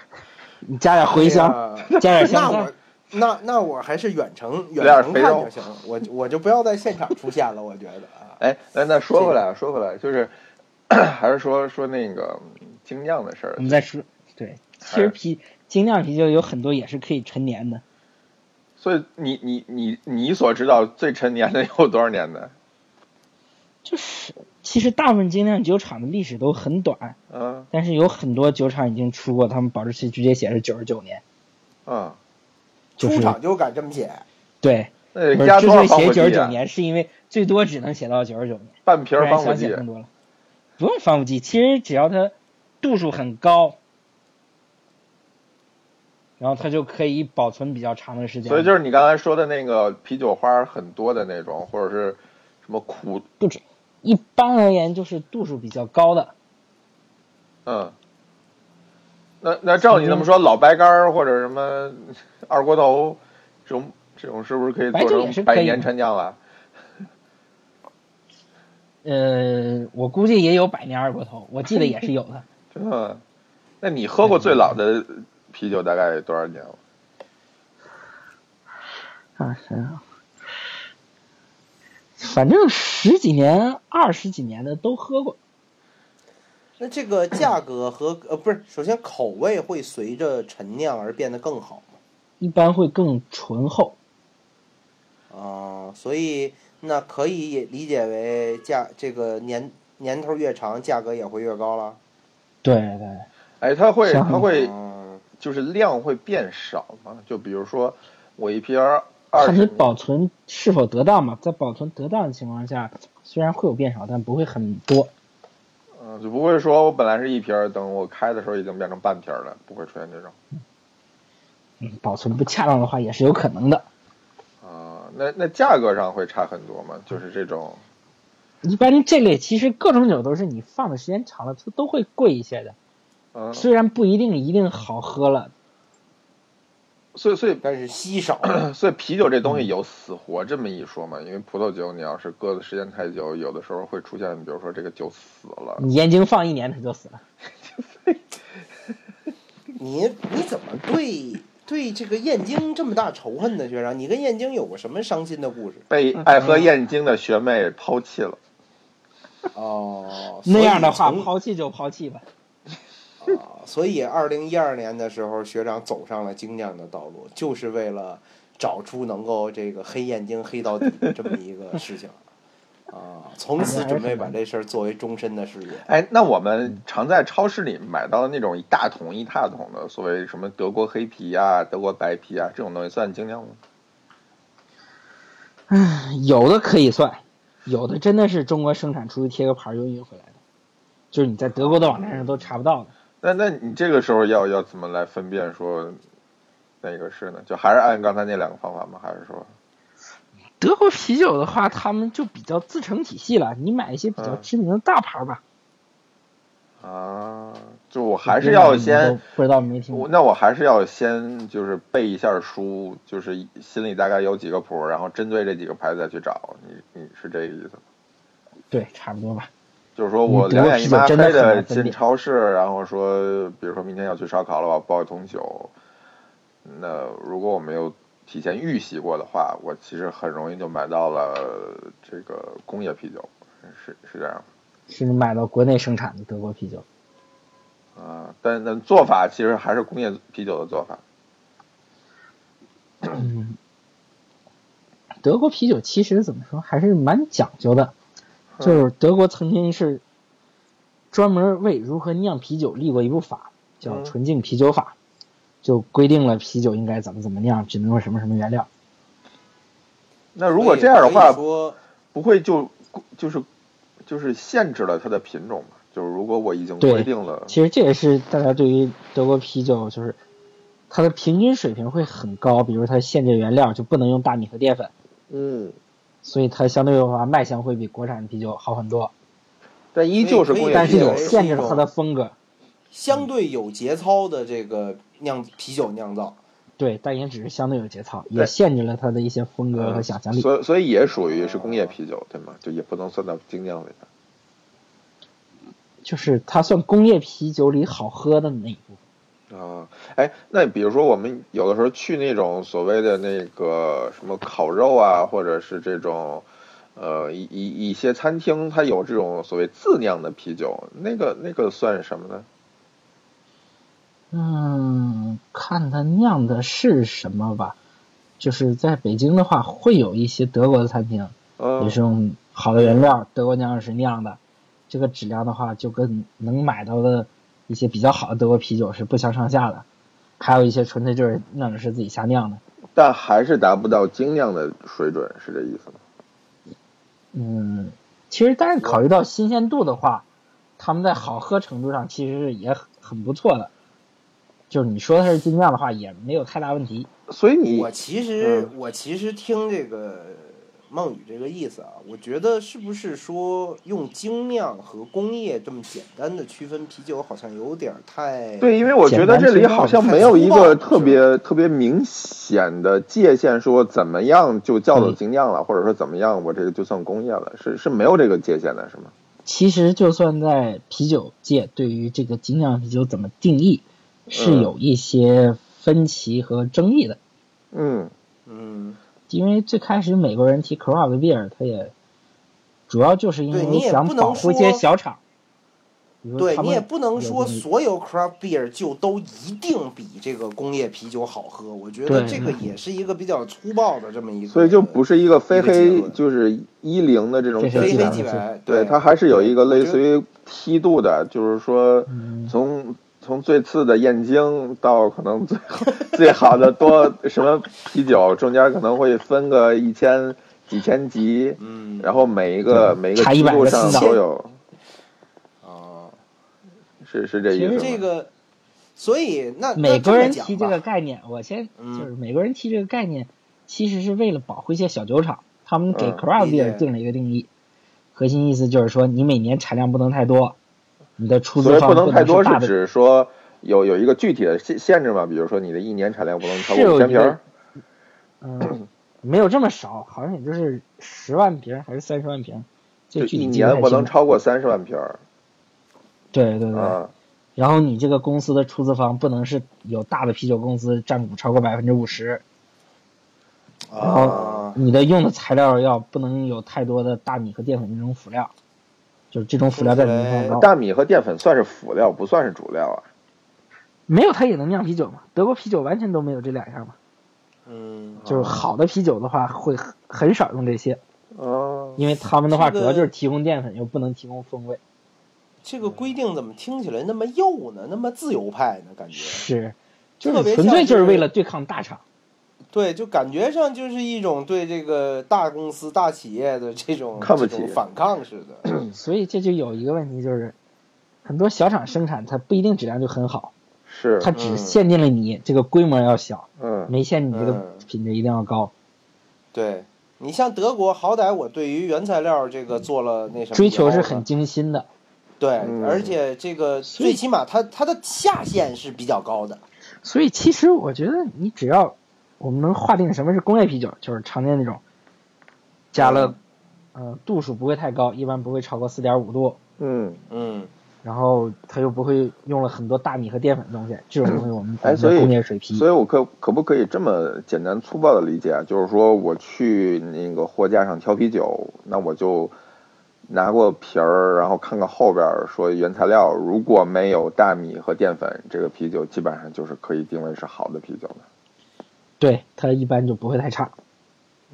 你加点茴香，
哎呀
加点
那
香菜
我。那那我还是远程远
点
程
肥
看
肉
就行了，我我就不要在现场出现了，我觉得啊，
哎，那那说回来啊，说回来，就是 还是说说那个精酿的事儿
我。们再说，
哎
对，其实啤精酿啤酒有很多也是可以陈年的，
所以你你你你所知道最陈年的有多少年的？
就是其实大部分精酿酒厂的历史都很短，
嗯
但是有很多酒厂已经出过，他们保质期直接写是九十九年，
嗯，
就是
出场就敢这么写，
对，
那
不
得
是
加
之
多少
所以
防
写
火剂
九十九
啊？
年，是因为最多只能写到九十九年，
半
不
瓶儿
然
防火
想
剂
写，更多了，不用防腐剂，其实只要它度数很高。然后它就可以保存比较长的时间，
所以就是你刚才说的那个啤酒花儿很多的那种，或者是什么苦，
不止。一般而言，就是度数比较高的，
嗯。那那照你这么说，老白干儿或者什么二锅头这种这种，是不是可以
白酒
做
也是
成
可
百
以
年啊
的
陈酿了？
呃，我估计也有百年二锅头，我记得也是有的。
真的吗？那你喝过最老的啤酒大概多少年了？
啊，想想，反正十几年、二十几年的都喝过。
那这个价格和呃不是，首先口味会随着陈酿而变得更好
一般会更醇厚，
嘛？啊、所以那可以理解为价这个年年头越长，价格也会越高了。
对对，
哎，它会
像
它会
嗯，
就是量会变少吗？就比如说我一瓶儿二
看你
十，
保存是否得当嘛。在保存得当的情况下，虽然会有变少，但不会很多。
嗯，就不会说我本来是一瓶儿，等我开的时候已经变成半瓶儿了，不会出现这种。
嗯，保存不恰当的话也是有可能的。
啊、那那价格上会差很多吗？就是这种，
一般这类其实各种酒都是你放的时间长了，它都会贵一些的。
嗯，
虽然不一定一定好喝了，
所以所以
但是稀少。
所以啤酒这东
嗯
西有死活这么一说嘛？因为葡萄酒你要是搁的时间太久，有的时候会出现，比如说这个酒死了，
你燕京放一年它就死了。
你你怎么对对这个燕京这么大仇恨呢，学长？你跟燕京有过什么伤心的故 事？
被
嗯
爱喝燕京的学妹抛弃了。
哦，
那样的话，
所以从
抛弃就抛弃吧。
啊，所以二零一二年的时候，学长走上了精酿的道路，就是为了找出能够这个黑燕京黑到底的这么一个事情。啊，从此准备把这事儿作为终身的事业。
哎，那我
嗯
们常在超市里买到的那种一大桶一大桶的，所谓什么德国黑啤啊、德国白啤啊这种东西，算精酿吗？
有的可以算，有的真的是中国生产出去贴个牌儿又运回来的，就是你在德国的网站上都查不到的。
那那你这个时候要要怎么来分辨说哪个是呢？就还是按刚才那两个方法吗？还是说，
德国啤酒的话，他们就比较自成体系了，你买一些比较
嗯
知名的大牌儿吧。
啊，就我还是要
你
先
都，不知道没听
我
过。
那我还是要先就是背一下书，就是心里大概有几个谱，然后针对这几个牌子再去找。你你是这个意思吗？
对，差不多吧。
就是说我
嗯德
两
国
眼一
啤酒
抹黑
真的很
的
难分
进
辨
超市，然后说，比如说明天要去烧烤了，我包一桶酒。那如果我没有提前预习过的话，我其实很容易就买到了这个工业啤酒，是是这样
是买到国内生产的德国啤酒，
吗啊。但但做法其实还是工业啤酒的做法。
嗯，德国啤酒其实怎么说还是蛮讲究的，就是德国曾经是专门为如何酿啤酒立过一部法，叫
嗯
《纯净啤酒法》，就规定了啤酒应该怎么怎么酿，只能用什么什么原料。
那如果这样的
所以
话，
可以说
不会就就是就是限制了它的品种嘛？就是如果我已经
对
规定了，
其实这也是大家对于德国啤酒就是它的平均水平会很高，比如它限制原料就不能用大米和淀粉，
嗯，
所以它相对的话卖相会比国产啤酒好很多，
但依旧是工业
但
啤
是
酒
也。限制了它的风格。
相对有节操的这个酿啤酒酿造，
对，但也只是相对有节操，也限制了他的一些风格和想象
呃嗯
力。
所以所以也属于是工业啤酒，对吗？就也不能算到精酿里边。
就是它算工业啤酒里好喝的那一部分。
啊，哎，那比如说我们有的时候去那种所谓的那个什么烤肉啊，或者是这种，呃，一一一些餐厅，它有这种所谓自酿的啤酒，那个那个算什么呢？
嗯，看它酿的是什么吧。就是在北京的话，会有一些德国的餐厅，
嗯
也是用好的原料，德国酿酒师酿的。这个质量的话，就跟能买到的一些比较好的德国啤酒是不相上下的。还有一些纯粹就是酿酒师自己瞎酿的。
但还是达不到精酿的水准，是这意思吗？
嗯，其实但是考虑到新鲜度的话，他们在好喝程度上其实是也很很不错的。就是你说它是精酿的话，也没有太大问题。
所以你
我其实
嗯
我其实听这个梦雨这个意思啊，我觉得是不是说用精酿和工业这么简单的区分啤酒，好像有点儿太
对，因为我觉得这里好像没有一个特别特别明显的界限，说怎么样就叫做精酿了，或者说怎么样我这个就算工业了，是是没有这个界限的，是吗？
其实就算在啤酒界，对于这个精酿啤酒怎么定义，是
嗯
有一些分歧和争议的。
嗯
嗯，
因为最开始美国人提 craft beer，他也主要就是因
对你
为
也
想
不能
保护
说
一些小厂。比如
对
他
你
们
也不能
有
说
这么一
所有 craft beer 就都一定比这个工业啤酒好喝，我觉得
对
这个也是一个比较粗暴的这么一个，
所以就不是一个非
一个结
黑
论
就是一零的这种
非
选
黑
非
项
黑即
即白
白，
对，它还是有一个类似
于
于梯度的，就是说
嗯
从从最次的燕京到可能最好最好的多 什么啤酒，中间可能会分个一千几千级，
嗯
然后每一个每一个
差
梯
100
度
个
上
四
都有，
啊，
是是这
其
意思
实
吗？
这个，所以那 那
美
这
国
么
人
讲
提这
吧
个概念，我先
嗯
就是美国人提这个概念，其实是为了保护一些小酒厂，他们给
嗯
craft
理解
beer 定了一个定义，核心意思就是说你每年产量不能太多，你的出
所
资
以
方
不能太多
是大
是
的，
指说有有一个具体的限限制嘛？比如说你的一年产量不能超
是
过
有
五千
一
瓶
个
儿，
嗯，没有这么少，好像也就是十万瓶还是三十万瓶，这
就
具
一
体记不太
年不
清
能
了。
超过三十万瓶儿
对对对，
啊。
然后你这个公司的出资方不能是有大的啤酒公司占股超过百分之五十，然后
啊，
你的用的材料要不能有太多的大米和淀粉这种辅料，就是这种辅料占比太高。
大米和淀粉算是辅料，不算是主料啊。
没有它也能酿啤酒嘛？德国啤酒完全都没有这两样嘛。
嗯，
就是好的啤酒的话，会很很少用这些，
哦，
因为他们的话
这
主
个
要就是提供淀粉，又不能提供风味。
这个规定怎么听起来那么右呢？那么自由派呢？感觉
是，就
特别
纯粹
像
就是是为了对抗大厂。
对，就感觉上就是一种对这个大公司、大企业的这种
看不
这种
起
反抗似 的。
所以这就有一个问题，就是很多小厂生产它不一定质量就很好，
是，
它只限定了你这个规模要小，
嗯，
没限你这个
嗯嗯
品质一定要高，
对你像德国，好歹我对于原材料这个做了那什么
追求是
以后呢
很精心的。
对，
嗯
而且这个
以
最起码它它的下限是比较高的。
所以其实我觉得你只要我们能划定什么是工业啤酒，就是常见那种加
嗯
了，呃，度数不会太高，一般不会超过四点五度，
嗯，
嗯，
然后它又不会用了很多大米和淀粉的东西，这种东西我们管
哎，
它
所
叫
以
工业水啤。
所以我可可不可以这么简单粗暴的理解啊？就是说我去那个货架上挑啤酒，那我就拿过瓶儿，然后看看后边儿说原材料如果没有大米和淀粉，这个啤酒基本上就是可以定位是好的啤酒了。
对，它一般就不会太差。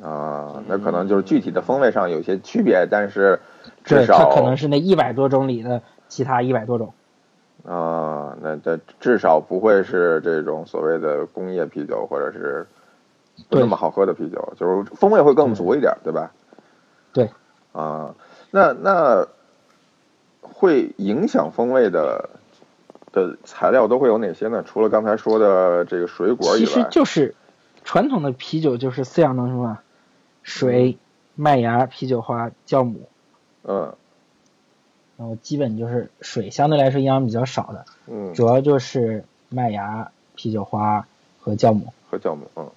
啊，那可能就是具体的风味上有些区别，但是至
对，
少
它可能是那一百多种里的其他一百多种。
啊，那这至少不会是这种所谓的工业啤酒，或者是不那
对
么好喝的啤酒，就是风味会更足一点，对吧？
对，
啊，那那会影响风味的的材料都会有哪些呢？除了刚才说的这个水果以
其
外，
实就是传统的啤酒就是四样东西嘛，水、麦芽、啤酒花、酵母。
嗯
然后基本就是水相对来说营养比较少的，
嗯
主要就是麦芽、啤酒花和酵母。
和酵母，嗯，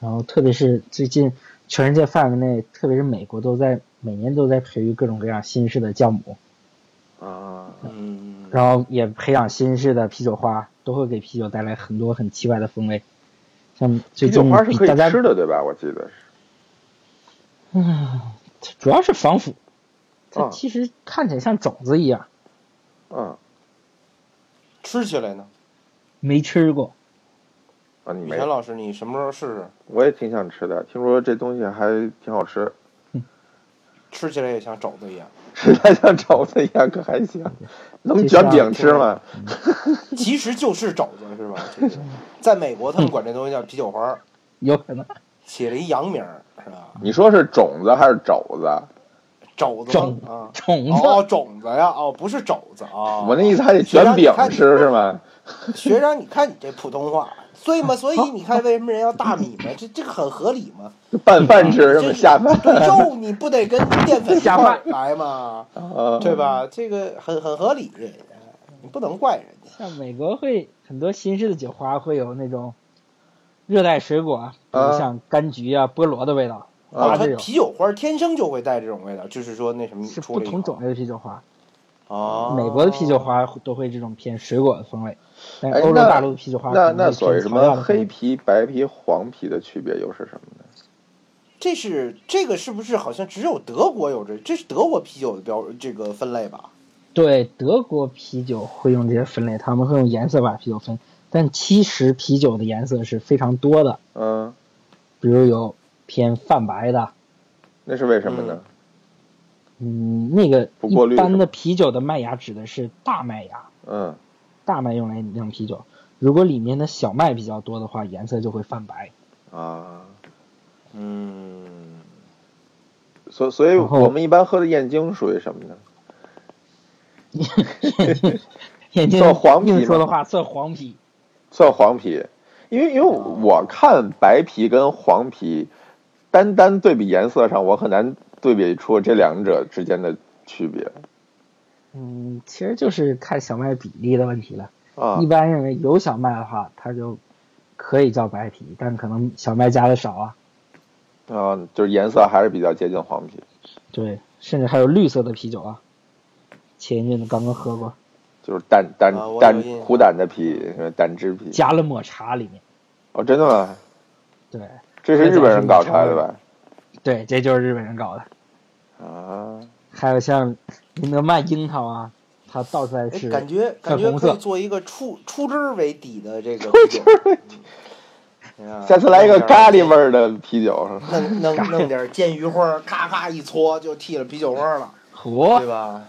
然后特别是最近全世界范围内，特别是美国都在每年都在培育各种各样新式的酵母，
啊，
嗯，
然后也培养新式的啤酒花，都会给啤酒带来很多很奇怪的风味。像最
啤酒
近
花是可以
大家
吃的，对吧？我记得是。
啊，主要是防腐，它
啊
其实看起来像种子一样，
嗯
吃起来呢。
没吃过。
啊，你
米
没
田老师，你什么时候试试？
我也挺想吃的，听说这东西还挺好吃，
吃起来也像肘子一样。
吃起来像肘子一样，可还行。
嗯
能卷饼吃吗？
其实就是肘子是吧？其实在美国他们管这东西叫啤酒花儿，
有
啊
可能
起了一洋名儿是吧？
你说是种子还是肘子？
哦
肘子
肘
吗啊，
种嗯子、
哦，种子呀，哦，不是肘子啊。
我那意思还得卷饼吃是吗？
学长，你看你这普通话，所以嘛，所以你看为什么人要大米嘛？这这个很合理 嘛？
嗯
拌饭吃是
这
吗？下饭
对肉你不得跟淀粉一块儿来嘛？
啊？
对吧？这个很很合理，你不能怪人家。
像美国会很多新式的酒花会有那种热带水果，比如
啊
像柑橘啊、菠萝的味道，
啊，
啊
它
这种
啤酒花天生就会带这种味道，就是说那什么
是
出
不
了一
同种
种
类的啤酒花。
啊，
美国的啤酒花都会这种偏水果的风味，但是
哎
欧洲
那
大陆的啤酒花
那
可能
那
会
所谓
偏
什
草药
么
的风
黑
味。
皮、白皮、黄皮的区别又是什么呢？
这是这个是不是好像只有德国有这？这是德国啤酒的标这个分类吧？
对，德国啤酒会用这些分类，他们会用颜色把啤酒分，但其实啤酒的颜色是非常多的，
嗯，
比如有偏泛白的，
那是为什么呢？
嗯，那个
不过
一
滤
般
是
的啤酒的麦芽指的是大麦芽，
嗯，
大麦用来酿啤酒。如果里面的小麦比较多的话，颜色就会泛白。
啊，
嗯，
所所以
然后
我们一般喝的燕京属于什么呢？
眼睛
算黄皮吗
硬说的话算黄皮，
算黄皮，因为因为我看白皮跟黄皮，单单对比颜色上，我很难对比出这两者之间的区别
嗯，其实就是看小麦比例的问题了。
啊
一。般认为有小麦的话，它就可以叫白啤，但可能小麦加的少啊。
啊，就是颜色还是比较接近黄皮，
对，甚至还有绿色的啤酒啊。前一阵子刚刚喝过，
就是胆胆
啊我有
胆
印象
苦胆的皮，呃胆汁皮。
加了抹茶里面。
哦，真的吗？
对
这是日本人搞出来的吧？
对，这就是日本人搞的。
啊，
还有像林德曼樱桃啊，它倒出来
哎
是
感觉感
粉
觉
红
可
色
以做一个出出汁儿为底的这个啤酒。嗯
下次来一个咖喱味，儿的啤酒。
弄弄弄点煎鱼花儿，咔咔一搓就剃了啤酒花儿了，
火
对吧？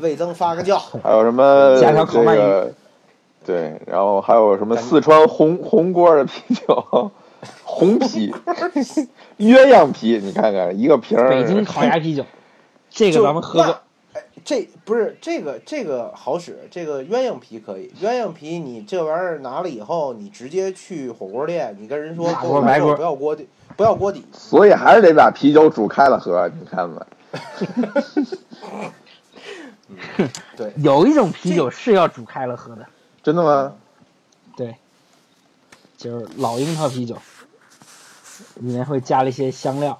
味增发个酵，
还有什么
加条烤
这
鳗鱼
个？对，然后还有什么四川红红锅的啤酒， 红啤、鸳鸯啤，你看看一个瓶儿。
北京烤鸭 啤酒，这
呃就
个咱们喝过
那。哎，这不是这个这个好使，这个鸳鸯皮可以。鸳鸯皮你这玩意儿拿了以后，你直接去火锅店，你跟人说
辣
给
锅
我
白
来
锅
不要锅底，不要锅底，
所以还是得把啤酒煮开了喝，你看吧。
对，
有一种啤酒是要煮开了喝的，
真的吗？
对，就是老樱桃啤酒，里面会加了一些香料，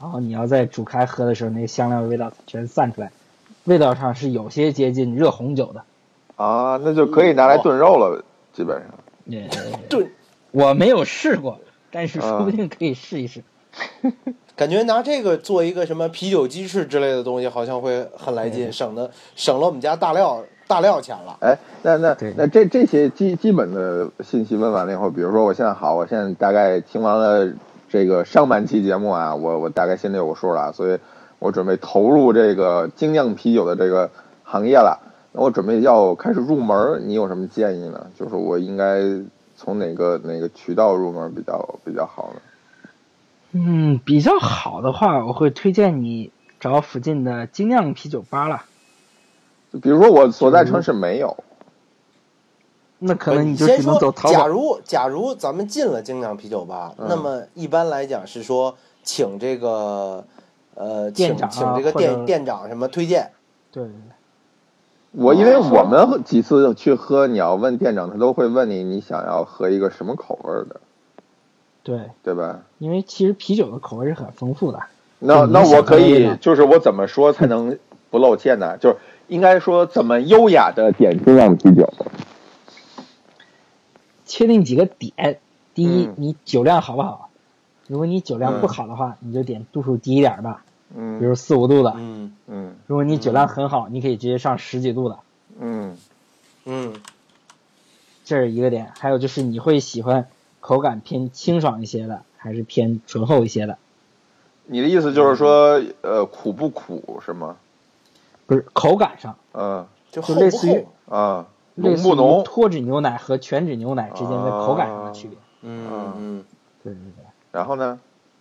然后你要在煮开喝的时候，那个香料味道全散出来，味道上是有些接近热红酒的。
啊，那就可以拿来炖肉了，基本上。
对，
炖
我没有试过，但
啊
是说不定可以试一试。
感觉拿这个做一个什么啤酒鸡翅之类的东西，好像会很来
哎
劲，省得省了我们家大料大料钱了。
哎，那那
对
那这这些基基本的信息问完了以后，比如说我现在好，我现在大概听完了这个上半期节目啊，我我大概心里有个数了，啊所以我准备投入这个精酿啤酒的这个行业了。那我准备要开始入门儿，你有什么建议呢？就是我应该从哪个哪个渠道入门比较比较好呢？
嗯，比较好的话，我会推荐你找附近的精酿啤酒吧了。
就比如说我所在城市没有，
那可能
你
就
呃先
只能
说
走，淘
假
宝。嗯
如假如咱们进了精酿啤酒吧，那么一般来讲是说请这个呃，
店
请
长啊
请这个
或者
店店长什么推荐。
对对对，
我因为我们几次去喝，你要问店长，他都会问你你想要喝一个什么口味儿的，
对，
对吧？
因为其实啤酒的口味是很丰富的。
那
嗯
那我可
你想喝
以
哪个
就是我怎么说才能不露怯呢？就是应该说怎么优雅的点精酿啤酒？
确定几个点，第一，
嗯
你酒量好不好？如果你酒量不
嗯
好的话，你就点度数低一点儿的，比
嗯
如四五度的。
嗯
嗯
如果你酒量很好，你可以直接上十几度的，
嗯
嗯
这是一个点。还有就是你会喜欢口感偏清爽一些的，还是偏醇厚一些的？
你的意思就是说，
嗯
呃，苦不苦是吗？
不是口感上，
嗯
就厚
就
不
类似于
厚？
啊，
类
浓
似
不
于
浓？啊
脱脂牛奶和全脂牛奶之间的口感上的区别。
嗯嗯
对对对。
然后呢？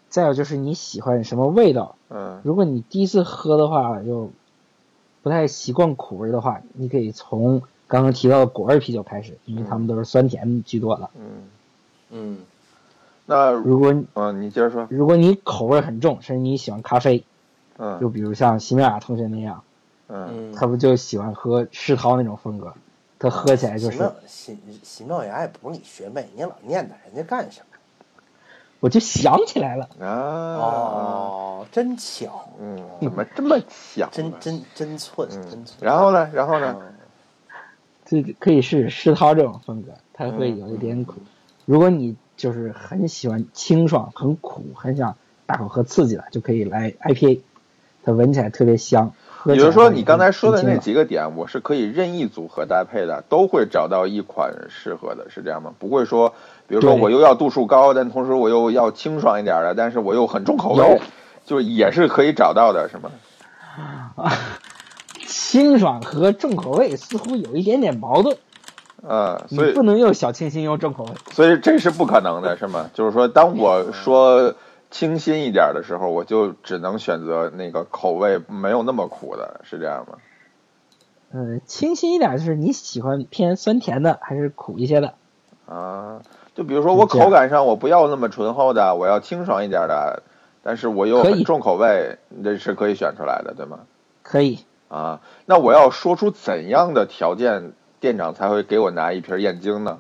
再有就是你喜欢什么味道？
嗯
如果你第一次喝的话，就不太习惯苦味的话，你可以从刚刚提到的果味啤酒开始，因为它们都是酸甜居多的。
嗯，
嗯
那
如果
嗯，你接着说。
如果你口味很重，甚至你喜欢咖啡，就
嗯
比如像席米尔同学那样，
嗯
嗯，
他不就喜欢喝世涛那种风格？他喝起来就
喜
是
妙，喜喜妙牙也不是你学妹，你老念叨人家干什么？
我就想起来了，
啊，
嗯哦，真巧，
嗯，怎么这么巧？
真。真真寸，真
嗯，
寸。
然后呢？然后呢？
这可以是世涛这种风格，它会
嗯
有一点苦。如果你就是很喜欢清爽、很苦、很想大口喝刺激的，就可以来 IPA，它闻起来特别香。喝
也
起
就是
来
说，你刚才
很
说的
清
那
爽
几个点，我是可以任意组合搭配的，都会找到一款适合的，是这样吗？不会说，比如说
对
我又要度数高，但同时我又要清爽一点的，但是我又很重口味
有，
就是也是可以找到的，是吗？
清爽和重口味似乎有一点点矛盾，
嗯，
你
所以
不能又小清新又重口味。
所以这是不可能的，是吗？就是说，当我说清新一点的时候，我就只能选择那个口味没有那么苦的，是这样吗？
呃，清新一点就是你喜欢偏酸甜的还是苦一些的？
啊，就比如说我
是这样
口感上我不要那么醇厚的，我要清爽一点的，但是我又
可以
很重口味，这是可以选出来的，对吗？
可以，
啊，那我要说出怎样的条件，店长才会给我拿一瓶燕京呢？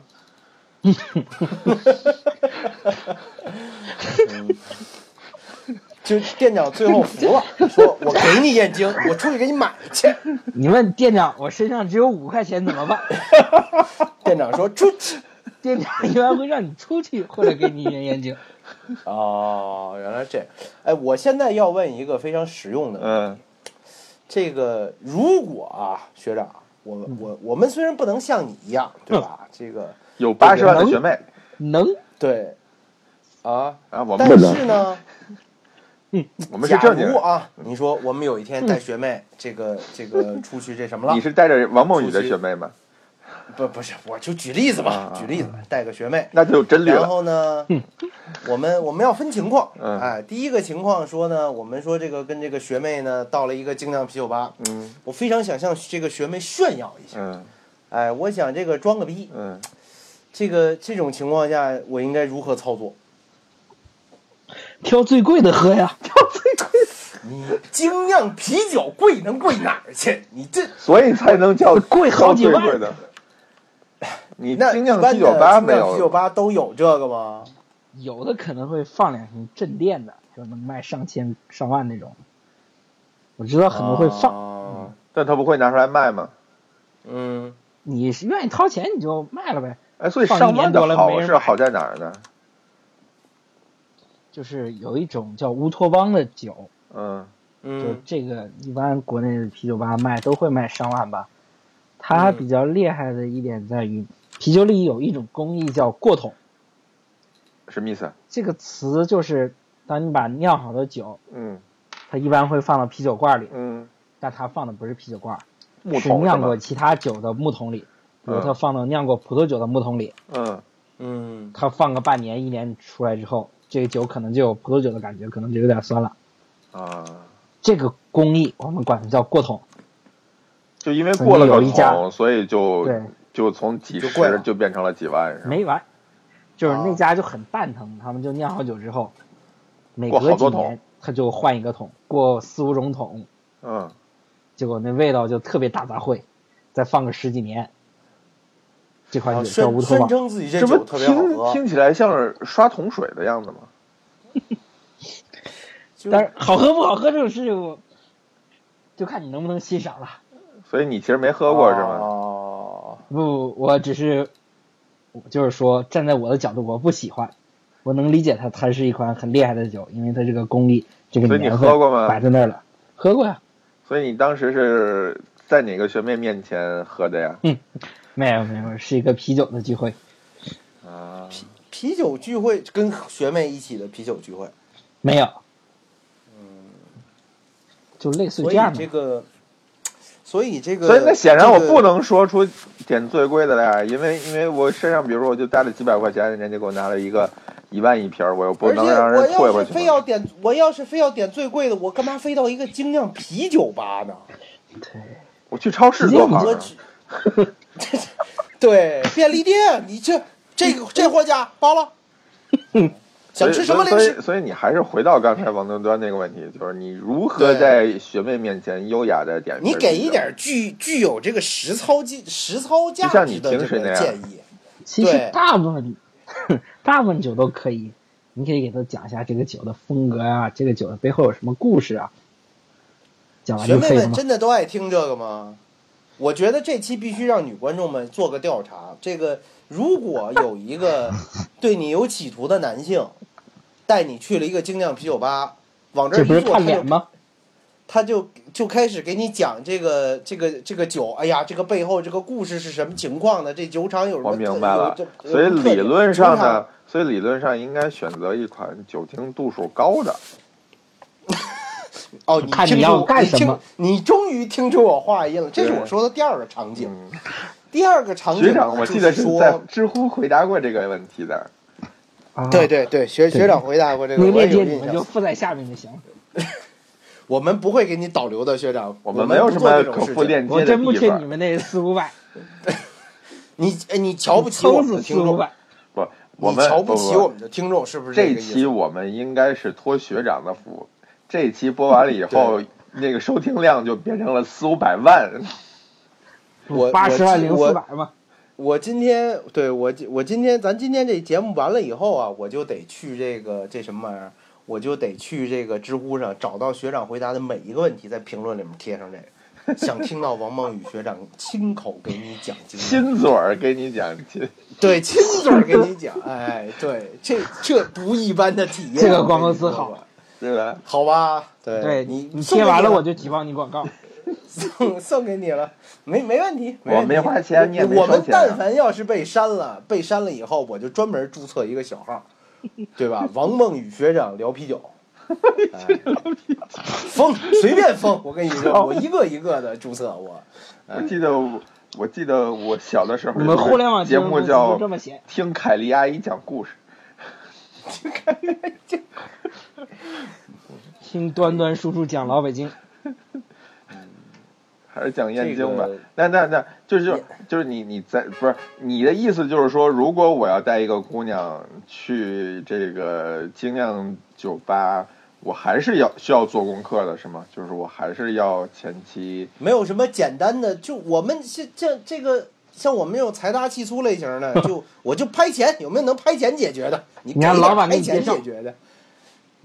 就店长最后服了，说我给你眼睛，我出去给你买去。
你问店长，我身上只有五块钱怎么办？
店长说出去。
店长一般会让你出去，或者给你一元眼睛。
哦，原来这样。哎，我现在要问一个非常实用的问题，
嗯
这个如果啊，学长，我我我们虽然不能像你一样，对吧？
嗯
这个
有八十万的学妹
能
对啊，
啊，我们
但
不
是
能，
呢，
我们是
假
正经人
如。啊，
嗯
你说我们有一天带学妹这个这个出去这什么了
你？是带着王梦雨的
出去
学妹吗？
不不是，我就举例子吧，举例子，带个学妹。
啊那就真绿
然
了。
后呢，我们我们要分情况，
嗯
哎，第一个情况说呢，我们说这个跟这个学妹呢到了一个精酿啤酒吧，
嗯
我非常想向这个学妹炫耀一下，
嗯
哎，我想这个装个逼，
嗯，
这个这种情况下我应该如何操作？
挑最贵的喝呀，挑最贵的。
你精酿啤酒贵能贵哪儿去？你这
所以才能叫
贵好几万
叫最贵的。你
那
精酿
一般
啤
的
酒吧
精
没
酿啤酒
有？
吧都有这个吗？
有的可能会放两瓶镇店的，就能卖上千上万那种。我知道很多会
哦
放，
放，
但他不会拿出来卖吗？
嗯，
你是愿意掏钱你就卖了呗。
哎，所以
放一
上
年
万的
多了没
好
人
是
买
好在哪儿呢？
就是有一种叫乌托邦的酒，
嗯
就
嗯
这个一般国内的啤酒吧卖都会卖上万吧。它比较厉害的一点在于，啤酒里有一种工艺叫过桶，
什么意思？啊
这个词就是当你把酿好的酒，
嗯
它一般会放到啤酒罐里，
嗯，
但它放的不是啤酒罐儿，
木
是
桶
酿
吗
过？其他酒的木桶里，比如
嗯
他放到酿过葡萄酒的木桶里，
嗯
嗯
他放个半年一年出来之后，这个酒可能就有葡萄酒的感觉，可能就有点酸了。
啊，
这个工艺我们管它叫过桶，
就因为过了
曾经有
个
一家
桶，所以就
对
就从几
就贵了
十就变成了几万，是吧？
没完，就是
啊
那家就很蛋疼，他们就酿好酒之后，每
过
隔
好多
几年他就换一个桶，过四五种桶，
嗯
结果那味道就特别大杂烩，再放个十几年，这款
啊
酒叫
宣
无头
宣
网。
称自己这
这不
酒特别好
听
喝，
听起来像是刷桶水的样子吗？
就
但是好喝不好喝这种事情，我就看你能不能欣赏了。
所以你其实没喝过是吗？
哦，
不，我只是，我就是说，站在我的角度，我不喜欢，我能理解它，它是一款很厉害的酒，因为它这个功力，这个
所以你
年
喝
份
过吗
摆在那儿了，喝过呀、
所以你当时是在哪个学妹面前喝的呀？
没有没有，是一个啤酒的聚会，
啊，
啤酒聚会跟学妹一起的啤酒聚会，
没有，就类似
嗯
于
所
这
以
样的。
这个，所以这个，
所以那显然我
这个
不能说出点最贵的来，啊因为因为我身上，比如说我就带了几百块钱，人家给我拿了一个一万一瓶儿，我又不
而且
能让人
我
退
要
回
是非
去嘛。
要点，我要是非要点最贵的，我干嘛非到一个精酿啤酒吧呢？
我去超市多好
我
啊！
只， 这对便利店，你这这个这货架 包了，想吃什么零
所以所
食
以？所以你还是回到刚才王端端那个问题，就是你如何
对
在学妹面前优雅的点评
你给一点具具有这个实操技实操价
就像
值
你
的
平
这
时那
个
样
建议。
其实
对
大部分 大部分酒都可以，你可以给他讲一下这个酒的风格啊，这个酒的背后有什么故事啊，讲完
学
就
妹
可以了
们
吗？
真的都爱听这个吗？我觉得这期必须让女观众们做个调查。这个如果有一 个对你有企图的男性，带你去了一个精酿啤酒吧，往这
这
儿一
不是
坐，他
看脸
就
吗？
他就就开始给你讲这个这个这个酒，哎呀，这个背后这个故事是什么情况呢？这酒厂有什么
我
特？
明白了
有，这
所以
有什么特
理
点
论上
酒厂
呢，所以理论上应该选择一款酒精度数高的。
哦，你
看你
听
要
出
干什
你听
么
你终于听出我话音了，这是
对
我说的第二个场景。
嗯，
第二个场景呢，
学长，我记得
就是说
在知乎回答过这个问题的。
啊，
对，对对，学
对
学长回答过这个，
那
我
链
也有
接你
印
们就
象。
附在下面就行了。
我们不会给你导流的，学长，
我
们
们没有什
不做
么
这种
可
事
附
情。
链接
我
的
真不
地
缺你
方。
们那四五百，
你哎你瞧 不起我们
撑死
的
四
听
五
众，
百。
不，我
你
们
瞧不
不
起
不
我们的听众是不是
这
个意
期
思？
我们应该是托学长的福，这期播完了以后，那个收听量就变成了四五百万。
我
八十万零
我
四百嘛，
我今天对我今我今天咱今天这节目完了以后啊，我就得去这个这什么玩意儿，我就得去这个知乎上找到学长回答的每一个问题，在评论里面贴上这个。 想听到王梦雨学长亲口给你讲经历
亲嘴儿给你讲，亲
对， 亲嘴儿跟你讲，哎，对，这这不一般的体验，啊
这个广告词好，
对吧？
好吧？对，
对
你
你
送
贴
给
完了
你
我就举报你广 告。
送 送给你了，没没问题，
我
没
没花钱你也没
我们
收钱啊
但凡要是被删了，被删了以后，我就专门注册一个小号，对 吧？王梦雨学长聊啤酒。哎封随便封，我跟你说，我一个一个的注册我。
我记得我，我记得我小的时候，
你们互联网
节
金融公
目
司
叫
就这么写
《听凯莉阿姨讲故事
听端端叔叔讲老北京，》，
还是讲燕京吧
这个？
那那那，就是就是就是你你在不是你的意思就是说，如果我要带一个姑娘去这个精酿酒吧，我还是要需要做功课的，是吗？就是我还是要前期
没有什么简单的，就我们这这这个，像我们这种财大气粗类型 的，就我就拍钱，有没有能拍钱解决的？你
你让
给点
老板给
拍
你
钱
介绍
解决的。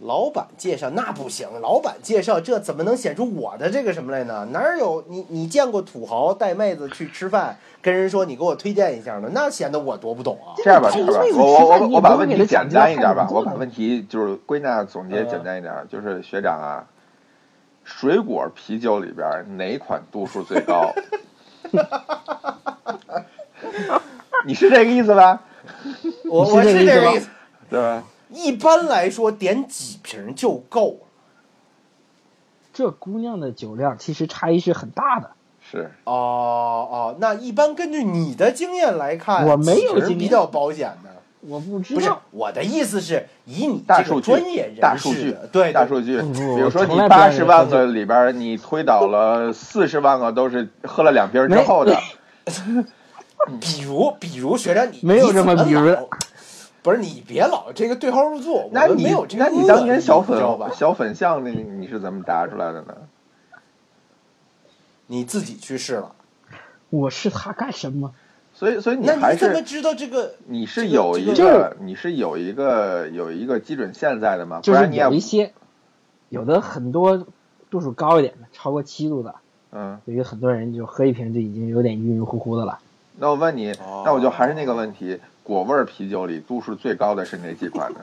老板介绍那不行，老板介绍这怎么能显出我的这个什么来呢？哪儿有你你见过土豪带妹子去吃饭，跟人说你给我推荐一下呢？那显得我多不懂啊！
这样吧，这样
这个
吧
妹，子
我我
吃饭
我
你
我把
不
问
给
题
她讲
简
这个
单一点
太
吧，
不
我
重
把
要
问题就是归纳总
嗯
结简单一点，就是学长啊，水果啤酒里边哪款度数最 高？你是这个意思吧？
我
你
我
是
是
这个
这个
意思吗
意思。
对吧？
一般来说，点几瓶就够了。
这姑娘的酒量其实差异是很大的。
是，
哦哦，那一般根据你的经验来看，
我没有
几瓶
经验
比较保险呢。
我不知
不是
道，
我的意思是，以你
大
这
数
个
据
专业人士的，
大数据，
对
大数据。
不不
比如说
嗯我
你
从来不
八
按这
十
个
万
数据
个里边，你推倒了四十万个都是喝了两瓶之后的，
对比如比如学长你
没有这么
你怎
比如
老不是你别老这个对号入座，
那
我们
你
没有这个
那
恶意，
你当年小
你
粉
知道吧？
小粉象那你是怎么答出来的呢？
你自己去试了，
我是他干什么？
所以所以你
那
还
你怎么
是
知道这个？
你
这
是
个
有
这
一
个
就是
你是有一个有一个基准线在的嘛，不
就是
然你也
有一些，有的很多度数高一点的，超过七度的，
嗯。
对于很多人就喝一瓶就已经有点晕晕乎乎的了。
那我问你
哦，
那我就还是那个问题，果味儿啤酒里度数最高的是哪几款呢？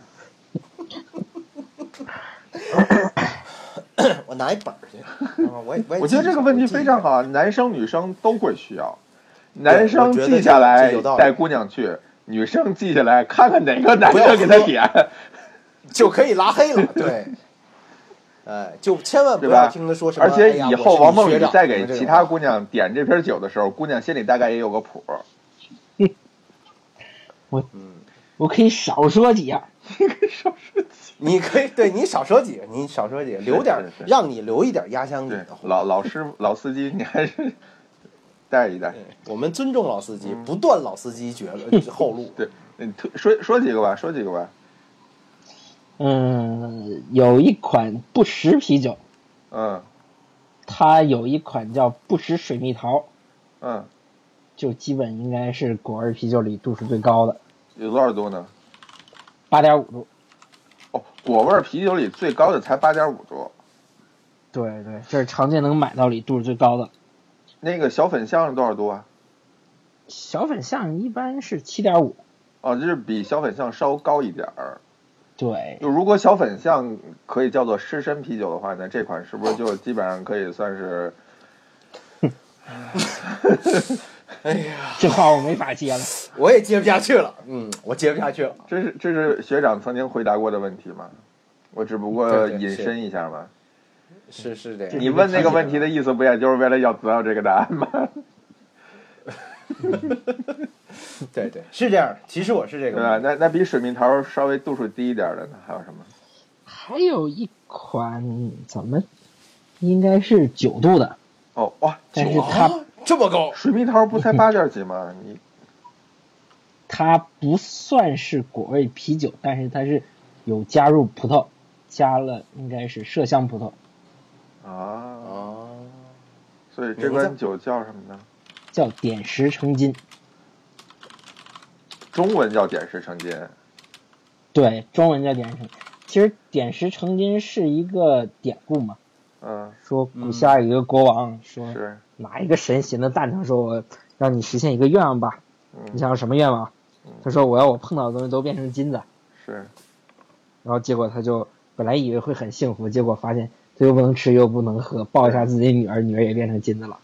我拿一 本儿去。啊我也我也
我觉得
记一
这
下
个问题
我记一
非
下
常好，啊，男生女生都会需要。男生
我觉得
记下来
这有道理
带姑娘去，女生记下来看看哪个男
不要
生给他
喝
点。
就可以拉黑 了。对，哎，就千万不
对吧
要听他说什么。
而
哎
且
呀
以
我
后
是
王
你
梦
学
雨
长
再
什么
给
这
其
种
他姑娘点这瓶酒的时候，姑娘心里大概也有个谱。
嗯
我可以少说几样，
你可以对你少说几个，你少说几个，留点儿
是是
让你留一点压箱底
对
的，话。
老老师老司机，你还是带一带。
嗯我们尊重老司机，
嗯
不断老司机绝了后路。
对，你特说说几个吧，说几个吧。
嗯，有一款不食啤酒，
嗯
它有一款叫不食水蜜桃，
嗯，
就基本应该是果味啤酒里度数最高的，
有多少度呢？
八点五度。
哦，果味儿啤酒里最高的才八点五度，
对对，这是常见能买到里度数最高的。
那个小粉象是多少度啊？
小粉象一般是七点五，
哦，就是比小粉象稍高一点儿。
对，
就如果小粉象可以叫做湿身啤酒的话呢，这款是不是就基本上可以算是
哎呀，
这话我没法接了。
我也接不下去了，嗯，我接不下去了。
这是这是学长曾经回答过的问题吗？我只不过
对对
引
是
申一下嘛。
是是这
对
样，
你问那个问题的意思，不也就是为了要得到这个答案吗？
对对是这样的。其实我是
对啊
这个
吧？
问题，
那那比水蜜桃稍微度数低一点的呢，还有什么？
还有一款怎么，应该是九度的，
哦哇，
但是
酒啊
它
啊，这么高，
水蜜桃不才八点几吗？你
它不算是果味啤酒，但是它是有加入葡萄，加了应该是麝香葡萄，
啊，
哦，
所以这款酒叫什么呢？
叫点石成金。
中文叫点石成金。
对，中文叫点石成金。其实点石成金是一个典故嘛，
嗯，
说古希腊有一个国王、说
是，
哪一个神闲的蛋疼说：“我让你实现一个愿望吧，你
嗯
想要什么愿望？”他说：“我要我碰到的东西都变成金子。
是，”
然后结果他就本来以为会很幸福，结果发现他又不能吃又不能喝，抱一下自己女儿，女儿也变成金子了，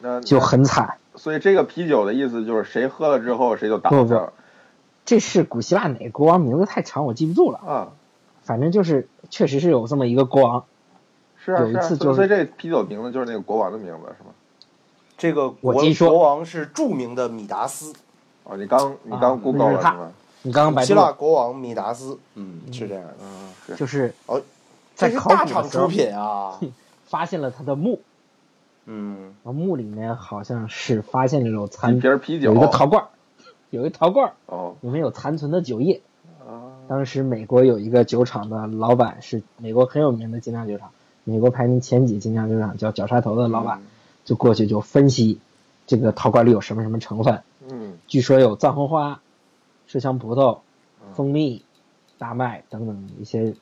那
就很惨。
那所以这个啤酒的意思就是谁喝了之后谁就打仗
不不这是古希腊哪个国王名字太长，我记不住了。
啊。
反正就是确实是有这么一个国王，
是啊
有一
是啊，
次
所以
就是
所以这啤酒名字就是那个国王的名字是吗？
这个国
我继续说
国王是著名的米达斯，
哦，你刚你
啊
刚 Google
那
了
是
是
他
吗？
你刚刚百
希
度
腊国王米达斯，嗯，是这样的。
嗯，是。
就是
哦，这
在
是
考
大
古
厂
的时候
出品啊，
发现了他的墓，
嗯，
然后啊墓里面好像是发现了有
一
残
瓶啤酒
有一个陶罐儿，有一个陶罐儿
哦
里面有残存的酒液。
啊，
当时美国有一个酒厂的老板是美国很有名的精酿酒厂，美国排名前几精酿酒厂叫绞杀头的老板，就过去就分析这个陶罐里有什么什么成分，
嗯
据说有藏红花、麝香葡萄、
嗯
蜂蜜、大麦等等一些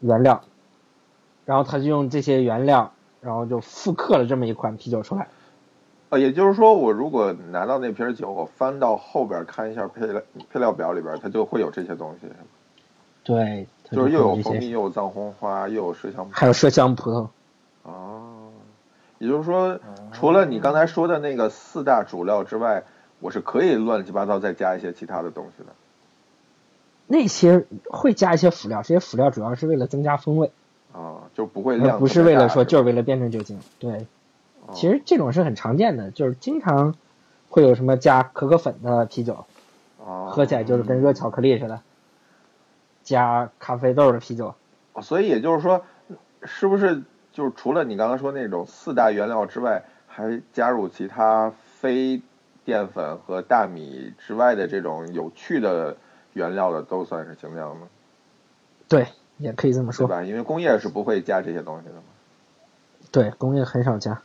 原料，然后他就用这些原料，然后就复刻了这么一款啤酒出来。
哦，也就是说，我如果拿到那瓶酒，我翻到后边看一下配料配料表里边，它就会有这些东西，
对，它
就是又有
这
蜂蜜，
些，
又有藏红花，又有麝香
还有麝香葡萄。
哦，也就是说，除了你刚才说的那个四大主料之外，我是可以乱七八糟再加一些其他的东西的。
那些会加一些辅料，这些辅料主要是为了增加风味。
啊，就不会
而
量
呃不
特
是
别
为了
大
说，就是
吧
为了变成酒精。对，
哦
其实这种是很常见的，就是经常会有什么加可可粉的啤酒，
哦
喝起来就是跟热巧克力似的；加咖啡豆的啤酒，
哦所以也就是说，是不是就是除了你刚才说那种四大原料之外，还加入其他非淀粉和大米之外的这种有趣的原料的，都算是精酿吗？
对，也可以这么
对
说。
吧？因为工业是不会加这些东西的嘛。嗯
对，工业很少加。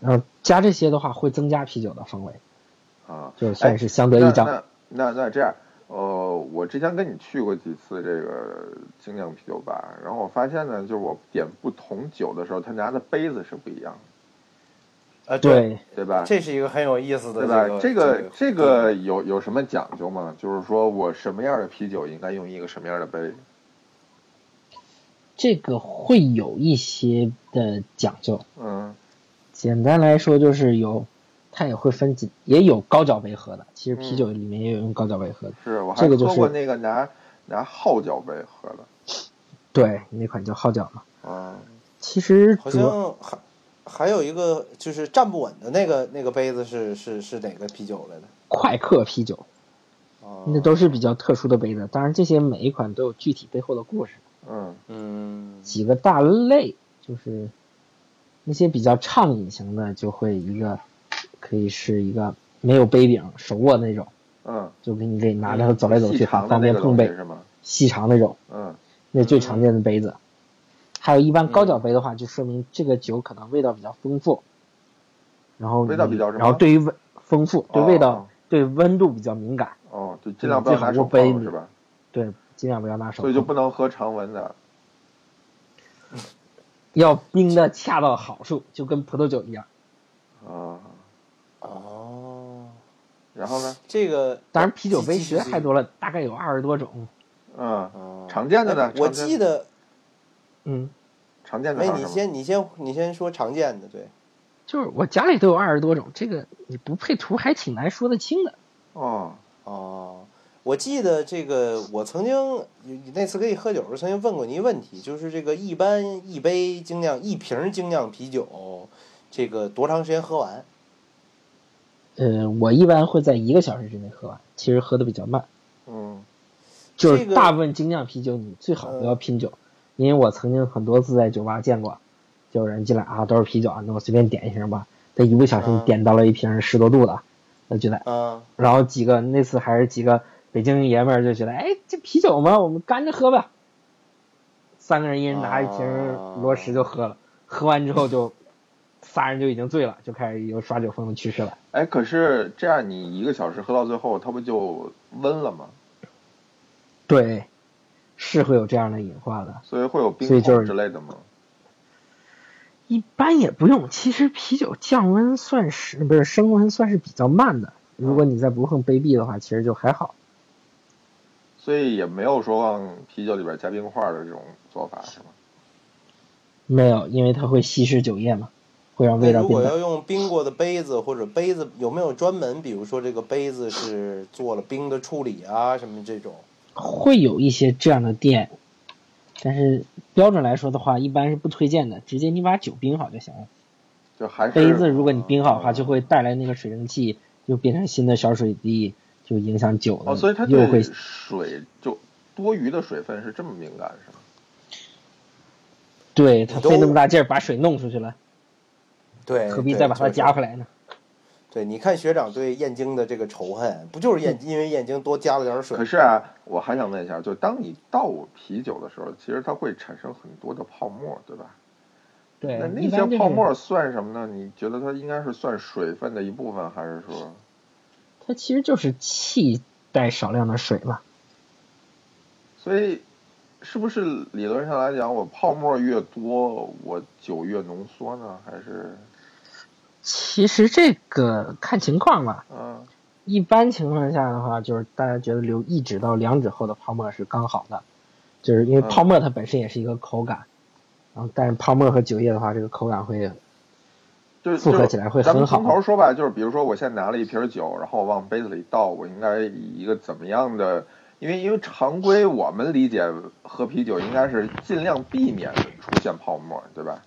然后加这些的话，会增加啤酒的风味，
啊，
就算是相得
那
益彰。
那那那这样，呃，我之前跟你去过几次这个精酿啤酒吧，然后我发现呢，就是我点不同酒的时候，他拿的杯子是不一样的，
呃，
对，
对吧？
这是一个很有意思的
对吧？
这
这个这个
嗯
有有什么讲究吗？就是说我什么样的啤酒应该用一个什么样的杯？
这个会有一些的讲究。
嗯
简单来说就是有，它也会分几，也有高脚杯喝的。其实
嗯
啤酒里面也有用高脚杯喝的，，
是我还
这个就
喝过
是
那个拿拿号角杯喝的，
对，那款叫号角嘛。
啊，
其实
好
主要
像还还有一个就是站不稳的那个那个杯子是是是哪个啤酒来的？
快客啤酒，
哦
啊，
那都是比较特殊的杯子。当然，这些每一款都有具体背后的故事。
嗯
嗯
几个大类就是那些比较畅饮型的，就会一个可以是一个没有杯柄，手握那种，
嗯，
就给你给拿着它走来走去，
细长的
很方
那
便
个东
碰
西
杯，
是吗？
细长那种。
嗯
那最常见的杯子。还有一般高脚杯的话，就说明这个酒可能味道比较丰富，然后
味道比较
你
什么
然后对于温丰富，对
哦
味道、对温度比较敏感，
哦，就尽量不
嗯
要
最好
拿
不
手
杯
碰
子
是吧？
对，尽量不要拿手
所
碰。
以就不能喝常温的。
要冰的恰到好处，就跟葡萄酒一样。
啊，
哦，
然后 呢？
这个
当然，啤酒杯
继
实
续
在太多了，大概有二十多种。
嗯，
哦
常见的呢
哎我
常见
记得
嗯，
常见的
没
还
你
有什么？
先你先你先说常见的对。
就是我家里都有二十多种，这个你不配图还挺难说得清的。
哦，
哦，我记得这个，我曾经有那次跟你喝酒的时候，曾经问过你一个问题，就是这个一般一杯精酿一瓶精酿啤酒，这个多长时间喝完？
呃，我一般会在一个小时之内喝完，其实喝的比较慢。
嗯
就
这
是
个呃
大部分精酿啤酒，你最好不要拼酒，因为我曾经很多次在酒吧见过，就有人进来啊，都是啤酒啊，那我随便点一瓶吧。他一不小心
嗯
点到了一瓶十多度的，他觉得，
啊，
然后几个那次还是几个北京爷们儿就觉得，哎，这啤酒嘛，我们干着喝吧。三个人一人拿一
啊
瓶罗什就喝了，喝完之后就，仨人就已经醉了，就开始有耍酒疯的趋势了。
哎，可是这样你一个小时喝到最后，它不就温了吗？
对，是会有这样的隐患的。
所以会有冰
所以就
控
是
之类的吗？
一般也不用。其实啤酒降温算是不是升温算是比较慢的。如果你再不碰杯壁的话，其实就还好。
所以也没有说往啤酒里边加冰块的这种做法是吗？
没有，因为它会稀释酒液嘛，会让味
那
道
如果要
变淡。
用冰过的杯子或者杯子，有没有专门，比如说这个杯子是做了冰的处理啊，什么这种？
会有一些这样的店，但是标准来说的话，一般是不推荐的。直接你把酒冰好就行了。
就还是
杯子如果你冰好的话，
嗯
就会带来那个水蒸气，又变成新的小水滴，就影响酒了。
哦，所以它
又
对
会
水就多余的水分是这么敏感是吗？
对它
你都
费那么大劲儿把水弄出去了，
对，
何必
对
再把它
就是
加回来呢？
对，你看学长对燕京的这个仇恨，不就是
嗯
燕因为燕京多加了点水
可？是啊，我还想问一下，就当你倒啤酒的时候，其实它会产生很多的泡沫，对吧？
对
那，那
一般就
些
是
泡沫算什么呢？你觉得它应该是算水分的一部分，还是说
它其实就是气带少量的水嘛。
所以是不是理论上来讲，我泡沫越多，我酒越浓缩呢？还是
其实这个看情况吧，
嗯
一般情况下的话，就是大家觉得留一指到两指厚的泡沫是刚好的，就是因为
嗯
泡沫它本身也是一个口感，然后但是泡沫和酒液的话，这个口感会
就是
复合起来会
就是咱们
很好
从头说吧，就是比如说我现在拿了一瓶酒，然后我往杯子里倒，我应该以一个怎么样的？因为因为常规我们理解喝啤酒应该是尽量避免出现泡沫，对吧？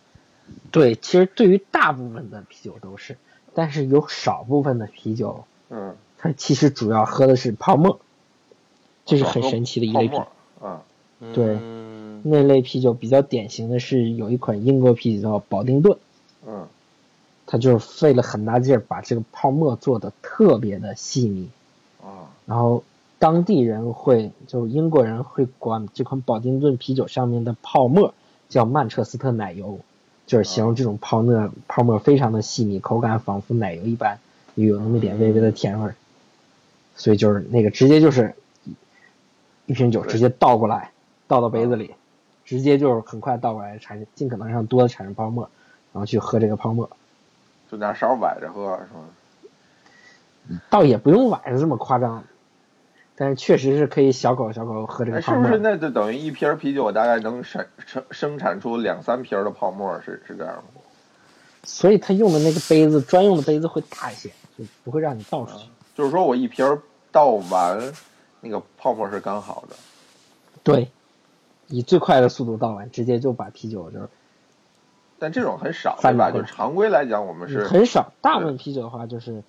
对。其实对于大部分的啤酒都是，但是有少部分的啤酒，
嗯，
它其实主要喝的是泡沫，这是很神奇的一类
泡
啤酒
沫。嗯
对
嗯
那类啤酒比较典型的是有一款英国啤酒叫保丁顿，
嗯
它就是费了很大劲儿把这个泡沫做的特别的细密，
啊
然后当地人会就英国人会管这款保丁顿啤酒上面的泡沫叫曼彻斯特奶油，就是形容这种泡沫泡沫非常的细密，口感仿佛奶油一般，又有那么一点微微的甜味儿。所以就是那个直接就是一瓶酒直接倒过来倒到杯子里，直接就是很快倒过来产生，尽可能让多的产生泡沫，然后去喝这个泡沫。
就拿勺崴着喝是吗？
倒也不用崴的这么夸张，但是确实是可以小口小口喝这
哎，
个
是
泡
不
沫。
是那就等于一瓶啤酒大概能生生生产出两三瓶的泡沫？是是这样吗？
所以他用的那个杯子，专用的杯子会大一些，就不会让你倒
啊
出去。
就是说我一瓶倒完，那个泡沫是刚好的。
对，以最快的速度倒完，直接就把啤酒就是
但这种很少，对
翻
吧？
过
就
来
常规来讲，我们是
很少。大部分啤酒的话，就是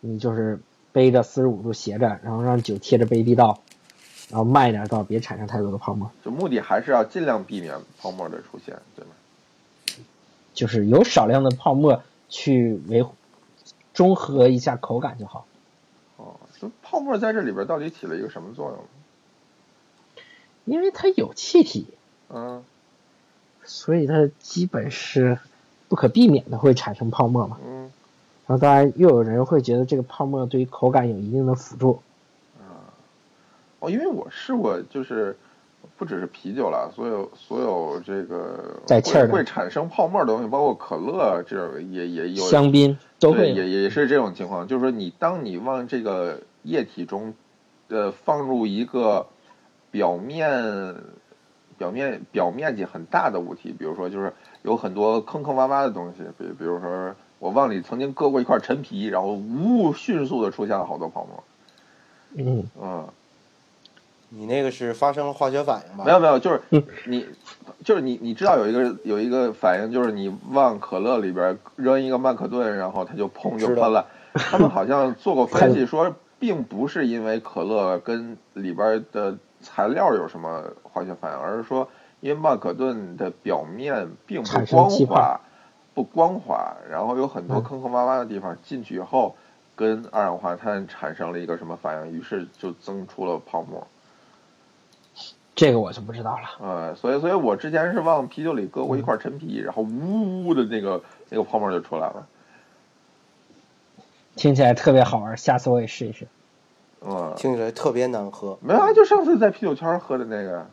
你就是背着四十五度斜着，然后让酒贴着杯壁倒，然后慢一点倒，别产生太多的泡沫。
就目的还是要尽量避免泡沫的出现，对吗？
就是有少量的泡沫去维护，中和一下口感就好。
哦，就泡沫在这里边到底起了一个什么作用？
因为它有气体，
嗯
所以它基本是不可避免的会产生泡沫嘛。
嗯
然后当然又有人会觉得这个泡沫对于口感有一定的辅助，
啊，哦，因为我试过，就是不只是啤酒了，所有所有这个
带气儿的
会会产生泡沫的东西，包括可乐这种也也有
香槟都
对，
会有。
也也是这种情况，就是说你当你往这个液体中，呃，放入一个表面表面表面积很大的物体，比如说就是有很多坑坑洼洼的东西，比比如说我往里曾经搁过一块陈皮，然后呜，迅速的出现了好多泡沫。
嗯，
嗯，
你那个是发生了化学反应吧？
没有没有，就是
嗯
你就是你你知道有一个有一个反应，就是你往可乐里边扔一个曼可顿，然后它就砰就
知道
喷 了。他们好像做过分析，说并不是因为可乐跟里边的材料有什么化学反应，而是说因为曼可顿的表面并不
产生
光
气
滑
泡，
不光滑，然后有很多
嗯
坑坑洼洼的地方，进去以后跟二氧化碳产生了一个什么反应，于是就增出了泡沫。
这个我就不知道了。
呃，所以所以我之前是往啤酒里搁过一块陈皮，然后呜呜的那个那个泡沫就出来了。
听起来特别好玩，下次我也试一试。
嗯，
听起来特别难喝。
没有啊，就上次在啤酒圈喝的那个，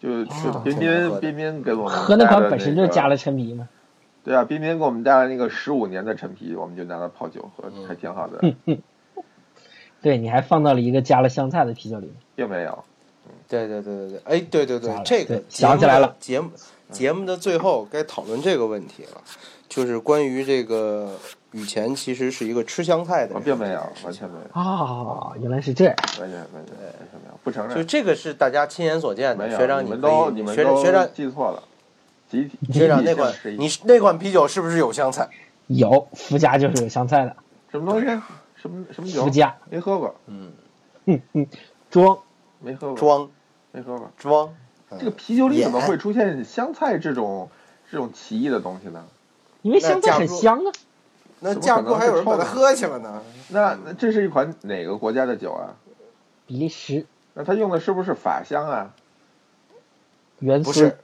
就就
啊
彬
挺
彬
好喝的
彬彬给我们
喝
带
那
的
款本身就
个
加了陈皮嘛，
对啊，彬彬给我们带来那个十五年的陈皮，我们就拿它泡酒喝，
嗯
还挺好的，
对，你还放到了一个加了香菜的啤酒里面。
并没有。
对对对对对，哎，对对对
加，了
这个
对
节目
想起来了。
节目节目的最后该讨论这个问题了，就是关于这个雨前其实是一个吃香菜的
我
啊
人，
并没有，完全没有，
哦，原来是这样。
完全完全完全没有，不承
就
认，
这个是大家亲眼所见的。
没有。
学长，
你
可
们
以
都你们
学长
都
学长
记错了，集体
学
集
长
体
那
性
款
失忆
你那款啤酒是不是有香菜？
有福佳就是有香菜的，
什么东西？什么什么酒？
福佳
没喝过，
装
没喝过，
嗯装
没喝过。
装，嗯
这个啤酒里怎么
盐
会出现香菜这种这种奇异的东西呢？
因为香菜很香啊。
那
怎么
架
可
锅
能
还
是
有人把
臭
它
的
喝去了呢。
那
嗯
那这是一款哪个国家的酒啊？
比利时
那它用的是不是法香啊？
元
不
素
是，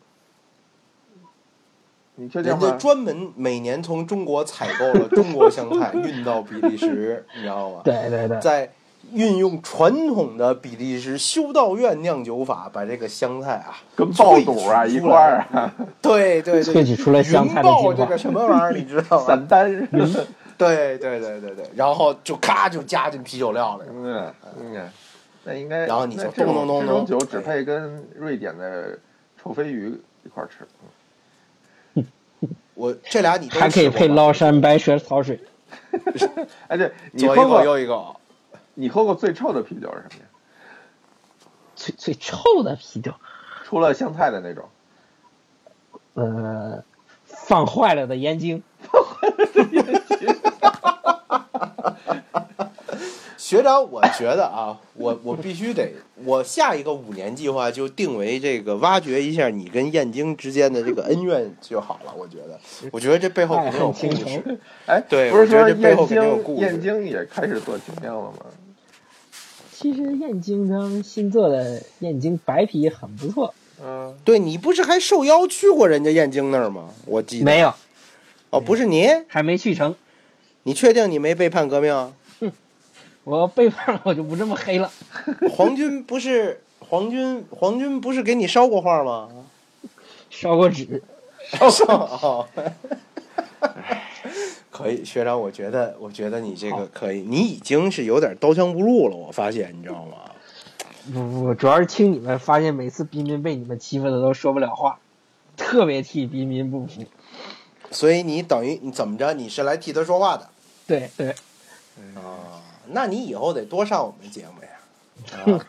你确定
人家
吗？
专门每年从中国采购了中国香 菜，运到比利时，你知道吗？
对对对，
在运用传统的比利时修道院酿酒法，把这个香菜啊，
跟爆肚啊
萃取
一
出
块
来
儿
了，
啊，
对对对，
萃取出了香菜的
云爆
精
这
华
个什么玩意儿，你知道吗
散？丹。
对对对对对，然后就咔就加进啤酒料里了。
嗯嗯，那应该。
然后你就
那这种
咚咚咚
这种
咚哎
酒只配跟瑞典的臭鲱鱼一块儿吃。嗯
我这俩你都
还可以
试过
配
吗
崂山白蛇草水。
哎，对你
左
喝
一口
过
右一口，
你喝过最臭的啤酒是什么呀？
最最臭的啤酒，
除了香菜的那 种，
呃，放坏了的烟精，
学长，我觉得啊，我我必须得，我下一个五年计划就定为这个挖掘一下你跟燕京之间的这个恩怨就好了。我觉得，我觉得这背后肯定有
爱恨情
故事
仇。
哎，
对
不是
我觉
说
得这背
燕
后肯定有故
京
事
燕京也开始做精酿了吗？
其实燕京他们新做的燕京白啤很不错。
嗯，
对你不是还受邀去过人家燕京那儿吗？我记得
没有，
哦，不是你，
还没去成。
你确定你没背叛革命啊？
我要背叛了，我就不这么黑了。
皇军不是皇军，皇军不是给你烧过画吗？
烧过纸，
烧过。哦 可以，学长，我觉得，我觉得你这个可以，你已经是有点刀枪不入了，我发现，你知道吗？
不不，主要是听你们发现，每次彬彬被你们欺负的都说不了话，特别替彬彬不服。
所以你等于你怎么着？你是来替他说话的
对对，
啊？那你以后得多上我们节 目呀！啊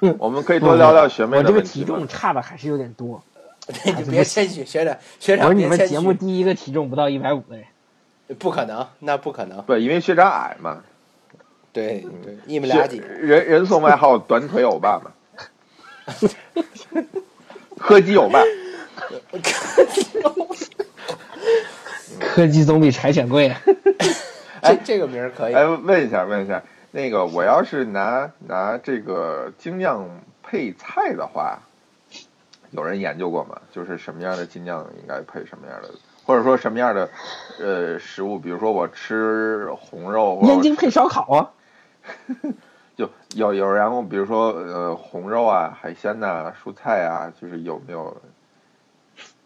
嗯我们可以多聊聊学妹
我
的
这个
问题
体
吗。
重差的还是有点多。
你就别谦虚，学长，学
我是
长
你
别
们
谦
节目
虚，
第一个体重不到一百五的人。
不可能，那不可能。
对，因为学长矮嘛，
对
嗯
对，你们
学
俩几个？
人人送外号“短腿欧 巴”嘛，柯基欧巴。
柯基总比柴犬贵啊！
哎，这个名儿可以。
哎，问一下，问一下，那个我要是拿拿这个精酿配菜的话，有人研究过吗？就是什么样的精酿应该配什么样的，或者说什么样的呃食物？比如说我吃红肉，或者
燕京配烧烤啊，
就有有人问，比如说呃红肉啊、海鲜呐、蔬菜啊，就是有没有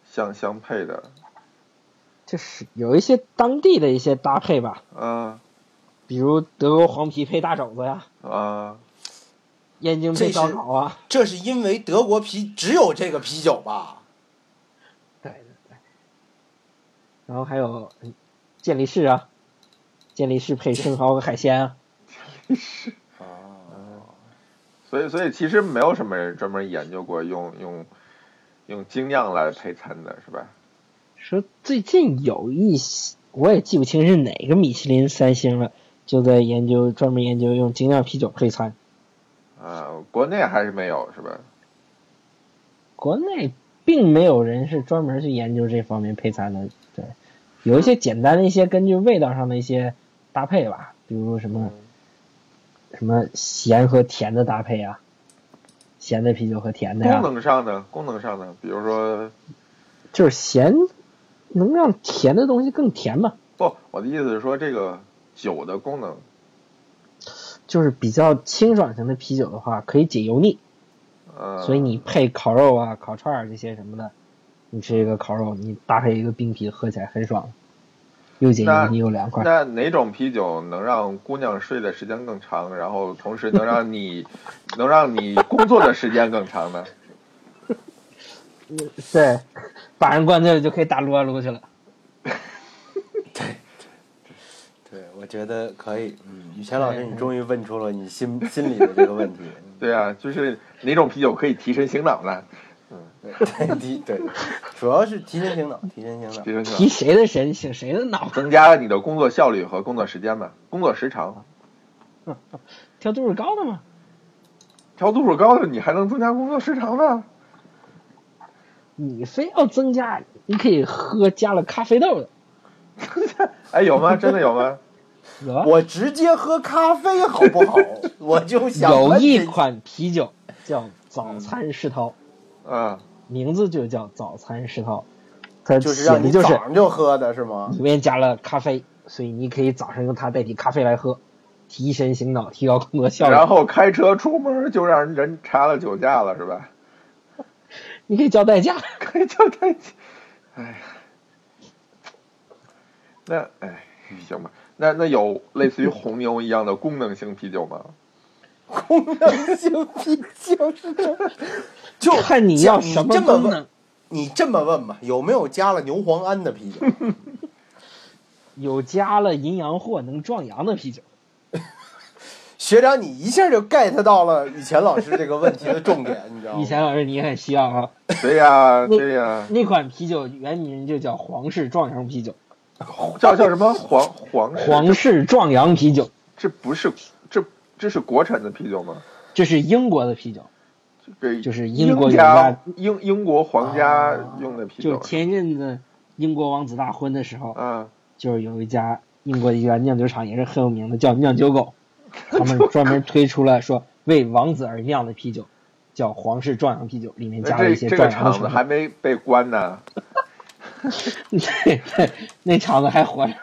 相相配的？
就是有一些当地的一些搭配吧，
嗯
比如德国黄皮配大肘子呀、
啊
燕京配烧烤啊。
这是因为德国啤只有这个啤酒吧？
对对对。然后还有嗯健力士啊，健力士配生蚝和海鲜啊。哦
啊，
所以所以其实没有什么人专门研究过用用用精酿来配餐的，是吧？
说最近有一些，我也记不清是哪个米其林三星了，就在研究专门研究用精酿啤酒配餐。
啊，国内还是没有是吧？
国内并没有人是专门去研究这方面配餐的，对，有一些简单的一些根据味道上的一些搭配吧，比如什么什么咸和甜的搭配啊，咸的啤酒和甜的呀、
功能上呢，功能上呢，比如说
就是咸能让甜的东西更甜嘛，
不，我的意思是说这个酒的功能
就是比较清爽型的啤酒的话，可以解油腻，
啊，
所以你配烤肉啊、烤串儿这些什么的，你吃一个烤肉，你搭配一个冰啤，喝起来很爽，又解油
那
腻又凉快。
那哪种啤酒能让姑娘睡的时间更长，然后同时能让你能让你工作的时间更长呢？
对，把人灌醉了就可以打撸啊撸去了。
对，我觉得可以。嗯，雨谦老师，你终于问出了你心心里的这个 问题。
对啊，就是哪种啤酒可以提神醒脑呢？
对对提对，主要是提神醒脑，提神醒脑
提。神醒
提
脑，
谁的神，醒谁的脑？
增加你的工作效率和工作时间嘛，工作时长。
跳度数高的嘛，
调度数高的，你还能增加工作时长呢？
你非要增加，你可以喝加了咖啡豆的，
哎，有吗？真的有吗？
有啊。
我直接喝咖啡好不 好？我就想
有
问你
一
嗯
款啤酒叫早餐世涛，
啊，
名字就叫早餐世涛，它
就是
写
让
的
你
就
早
是
上就喝的是吗
里？面加了咖啡，所以你可以早上用它代替咖啡来喝，提神醒脑，提高工作效率。
然后开车出门就让人查了酒驾了，是吧？
你可以叫代驾，
开车开，哎呀，那哎行吧，那那有类似于红牛一样的功能性啤酒 吗？
功能性啤酒是这么，就
看你要什
这么
么功
问
能。，
你这么问吧，有没有加了牛磺胺的啤酒？
有加了阴阳货能壮阳的啤酒。
学长，你一下就 get 到了雨前老师这个问题的重点，你知
哦
道吗？
以前老师你也很需要啊。
对呀，
那
对呀，
那款啤酒原名就叫皇室壮阳啤酒，
叫叫什么黄黄氏
皇室壮阳啤酒，
这不是这这是国产的啤酒吗？
这是英国的啤酒，
这
就是英
英
国
家
家
英英国皇家
啊
用的啤
就
酒
前阵子英国王子大婚的时候，
啊，
就是有一家英国的一家酿酒厂也是很有名的，叫酿 酒狗，他们专门推出了说为王子而酿的啤酒，叫皇室壮阳啤酒，里面
那
加了一
这
些
这个
壮阳的
厂
成
子
分。
还没被关呢，
那那厂子还活 着，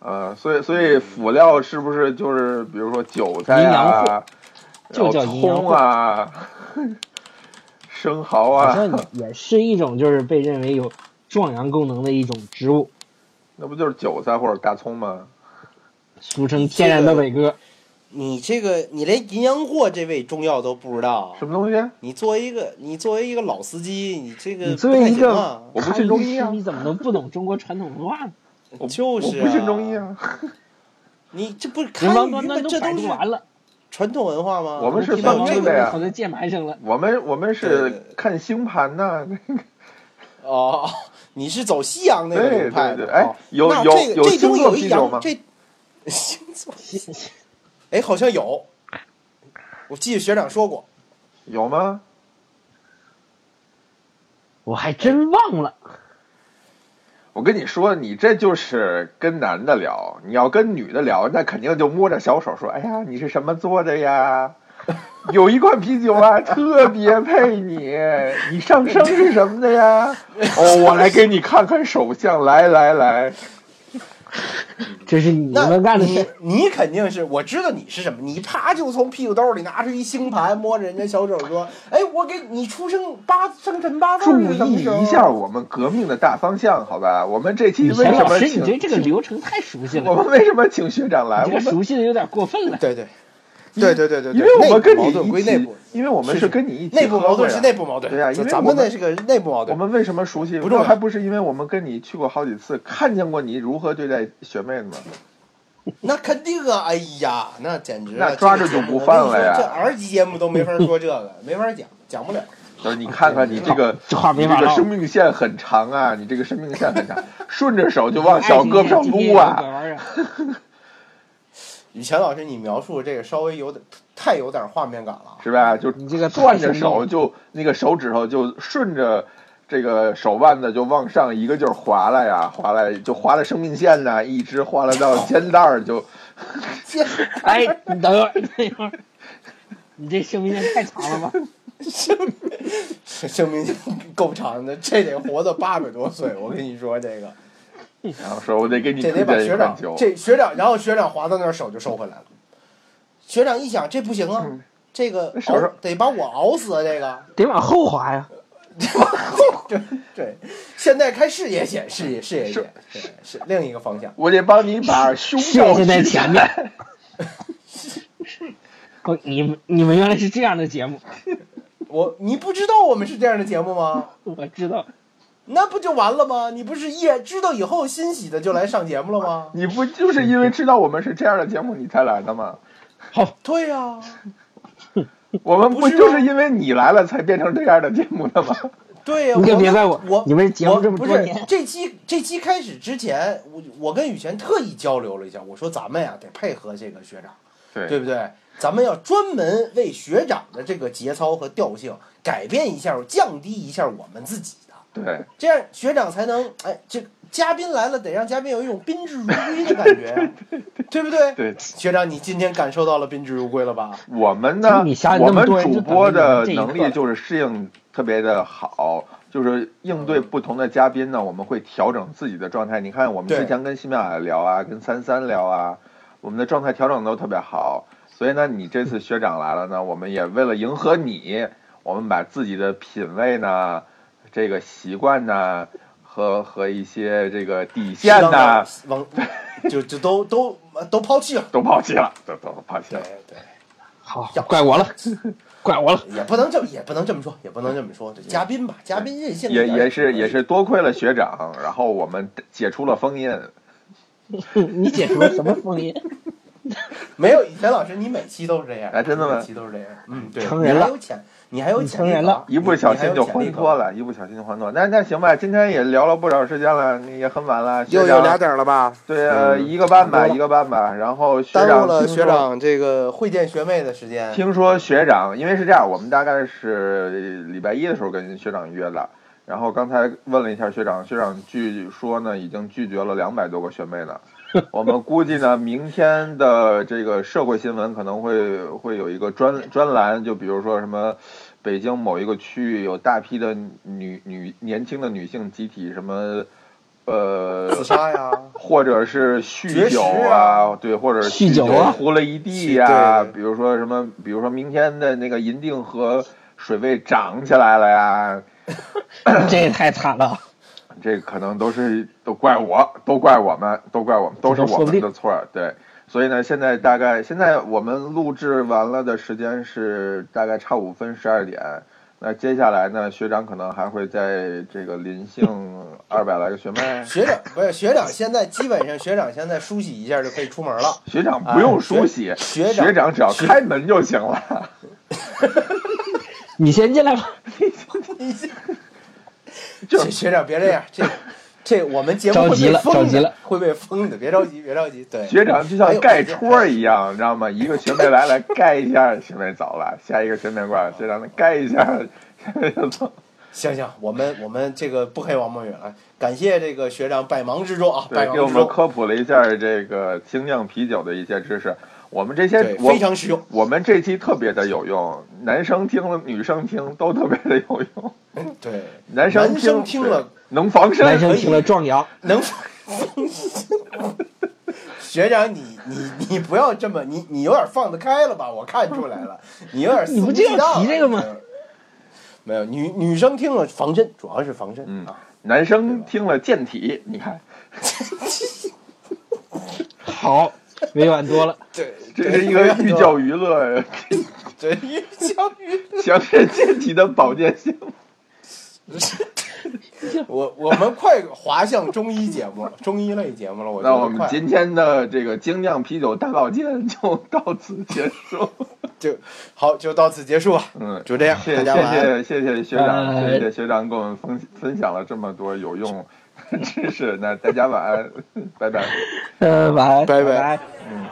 呃，所以所以辅料是不是就是比如说韭菜
嗯阴阳
啊，然
就
后
叫阴阳
葱啊， 生蚝
好
啊，
像也是一种就是被认为有壮阳功能的一种植物，
那不就是韭菜或者大葱吗？
俗称天然的伟哥。
你这个你连淫羊藿这味中药都不知道，
什么东西？
你作为一个你作为一个老司机，你这个
你作为
不
一
太行啊
我不信中医啊
看医师你怎么能不懂中国传统文化呢？
我
就是啊
我不信中医啊，
你这不是
人
看
王
鱼
端
吗
端？都
这
百
都
度
是
完了，
传统文化吗？
我们是
你把
算
这
命
个
的呀
跑到键 盘上了。
我们我们
对
是
对
看星盘呐、
哦， 你是走西洋那个流派
对对对
的，
哎
哦
有
那
有
这个
有
这东西
星座
有
啤
一
酒
洋
吗
这 星座，哎，好像有，我记得学长说过，
有吗？
我还真忘了，
我跟你说，你这就是跟男的聊，你要跟女的聊，那肯定就摸着小手说：“哎呀，你是什么做的呀？有一罐啤酒啊，特别配你。你上升是什么的呀？哦，我来给你看看手相，来来来，
这是你
那
们干的事
你
儿。
你肯定是，我知道你是什么，你啪就从屁股兜里拿出一星盘，摸着人家小手说，哎，我给你出生八生辰八字
注
是什么
意
时候啊
一下我们革命的大方向，好吧？我们这期
以
为
前
什
老
么
师，你对
请
这个流程太熟悉
我
了，
们为什么请学长来？
你这
我
个
们
熟悉的有点过 分了。
对对对对对对对，
因为我
内部
们跟你
矛盾
一
归内部
起，，因为我们
是
是跟你一起
内部
喝
矛盾
会
是
啊
内部矛盾，
对呀因
咱
为
咱
我
们
们
那是个内部矛
我
盾。
们为什么熟悉？
不重要
那还不是因为我们跟你去过好几次，看见过你如何对待学妹子吗？
那肯定啊！哎呀，那简直了啊
那抓着就不犯了呀
这个节目我跟你说这 R 级节目都没法说这个，没法讲，讲不了。
就是你看看你这个，
哦这话
你
没
这
法
个
唠。
生命线很长啊，你这个生命线很 长，顺着手就往小
哎
胳膊上撸
爱情线今天有个
啊。
玩意儿
雨前老师，你描述这个稍微有点太有点画面 感了。啊
是吧？就
你这个
攥着
太生动
手
了
就那个手指头就顺着这个手腕子就往上一个劲儿划拉呀，划拉就划拉生命线呐，一直划拉到肩带儿就。
这
哎，你等一会儿，你等一会儿，你这生命线太长了吧？
生命够长的，这得活到八百多岁。我跟你说，这个
然后说我得给你
这
推
得把
荐一
学
款
长
酒，
这学长，然后学长滑到那儿手就收回来了。学长一想，这不行啊，
嗯
这个
手上
熬得把我熬死啊！这个
得往后滑呀。
对对，现在开视野险，视野视野险，对是另一个方向。
我得帮你把胸罩
谢谢在
取下
前
来。
面。哦，你们你们原来是这样的节目，
我你不知道我们是这样的节目吗？
我知道。
那不就完了吗？你不是一知道以后欣喜的就来上节目了吗？
你不就是因为知道我们是这样的节目你才来的吗？
对呀、
我们
不
不
是吗啊
就是因为你来了才变成这样的节目的吗？
对呀、
你可
我
别
们
怪我
我
你们节目
我
这么
不
多
是
年
这期这期开始之前，我我跟雨前特意交流了一下，我说咱们呀得配合这个学长，对，不对？咱们要专门为学长的这个节操和调性改变一下，降低一下我们自己的。
对，
这样学长才能哎，这嘉宾来了得让嘉宾有一种宾至如归的感觉呀， 对不对？
对
学长，你今天感受到了宾至如归了吧？
我们
就
呢
你想，
我
那么
们
多人
主
就
播的
等着你这一
能
个
力就是适应特别的好，就是应
嗯
对不同的嘉宾呢，我们会调整自己的状态。你看，我们
对
之前跟西淼雅聊啊，跟三三聊啊，我们的状态调整都特别好。所以呢，你这次学长来了 呢，我们也为了迎合你，我们把自己的品味呢、这个习惯呢和和一些这个底线
适当
呐
的，往就就都都都抛弃了。
都抛弃了，都都抛弃
对
了。
对，
好
要，
怪我了，怪我了。
也不能这么也不能这么说，也不能这么说。对，嘉宾吧，嘉宾任性一
嗯也
点
也是也是多亏了学长，然后我们解除了封印。
你解除了什么封印？
没有以前老师，你每期都是这样，
哎真的吗
每期都是这样。嗯，对，
成人了
你还有潜，你还有潜
成
力
人了
一不小心就
还有
还
潜力
脱了，一不小心就还脱。那那行吧，今天也聊了不少时间了，也很晚了。学
又有俩
长，
点儿了吧？
对，呃一个半吧，
嗯
一个半吧。然后学
耽
长
误了
听
学
说
长这个会见学妹的时间。
听说学长，因为是这样，我们大概是礼拜一的时候跟学长约的，然后刚才问了一下学长，学长据说呢已经拒绝了两百多个学妹了。我们估计呢，明天的这个社会新闻可能会会有一个专专栏，就比如说什么北京某一个区域有大批的女女年轻的女性集体什么呃
自杀呀，
或者是酗
绝食
酒
啊
对，或者是
酗酒
酒
啊
糊了一地呀、
对对
比如说什么，比如说明天的那个银锭和水位涨起来了呀，
这也太惨了。
这可能都是都怪我，都怪我们，都怪我们，都是我们的错儿，对。所以呢，现在大概现在我们录制完了的时间是大概差五分十二点。那接下来呢，学长可能还会在这个临幸二百来个学妹，
学长不是学长，现在基本上学长现在梳洗一下就可以出门 了。
学长不用梳洗，
哎学
学
学
长只要开门就行 了。
你先进来吧，
就
这学长别这样，这这我们节目
着
会
急
被
了
封的
着急了
会被封的，别着急，别着急。对，
学长就像盖戳一样，你知道
哎
吗？一个学妹来了，盖一下，学妹走了；下一个学妹过来，学长再盖一下， 学妹就走。
行行，我们我们这个不黑王梦雨了，感谢这个学长百忙之中啊，百
对，
忙
给我
之
们
中，
科普了一下这个精酿啤酒的一些知识。我们这些
对，
我
非常实用。
我们这期特别的有用，男生听了、女生听都特别的有用。
对，
男生
男生听了
对能防身，
男生听了壮阳，
能 学长，你你你不要这么，你你有点放得开了吧？我看出来了，你有点肆
你不
无
就
忌
要
惮
提
了
这个吗？
没有，女女生听了防身，主要是防身、
嗯
啊。
男生听了健体，你看
好，委婉多了。
对，
这 是一个寓
教，
教于乐，
对寓教于 乐。
强身健体的保健性。
我我们快滑向中医节目了，中医类节目了，我觉
那
得
我们
快
今天的这个精酿啤酒大保健就到此结束。
就好，就到此结束吧。
嗯，
就这样，
谢
大
谢
家晚安。
谢谢谢学长，
拜
谢谢学长给我们分分享了这么多有用知识。那大家晚安，拜拜。
呃，晚安，
拜拜
拜
嗯。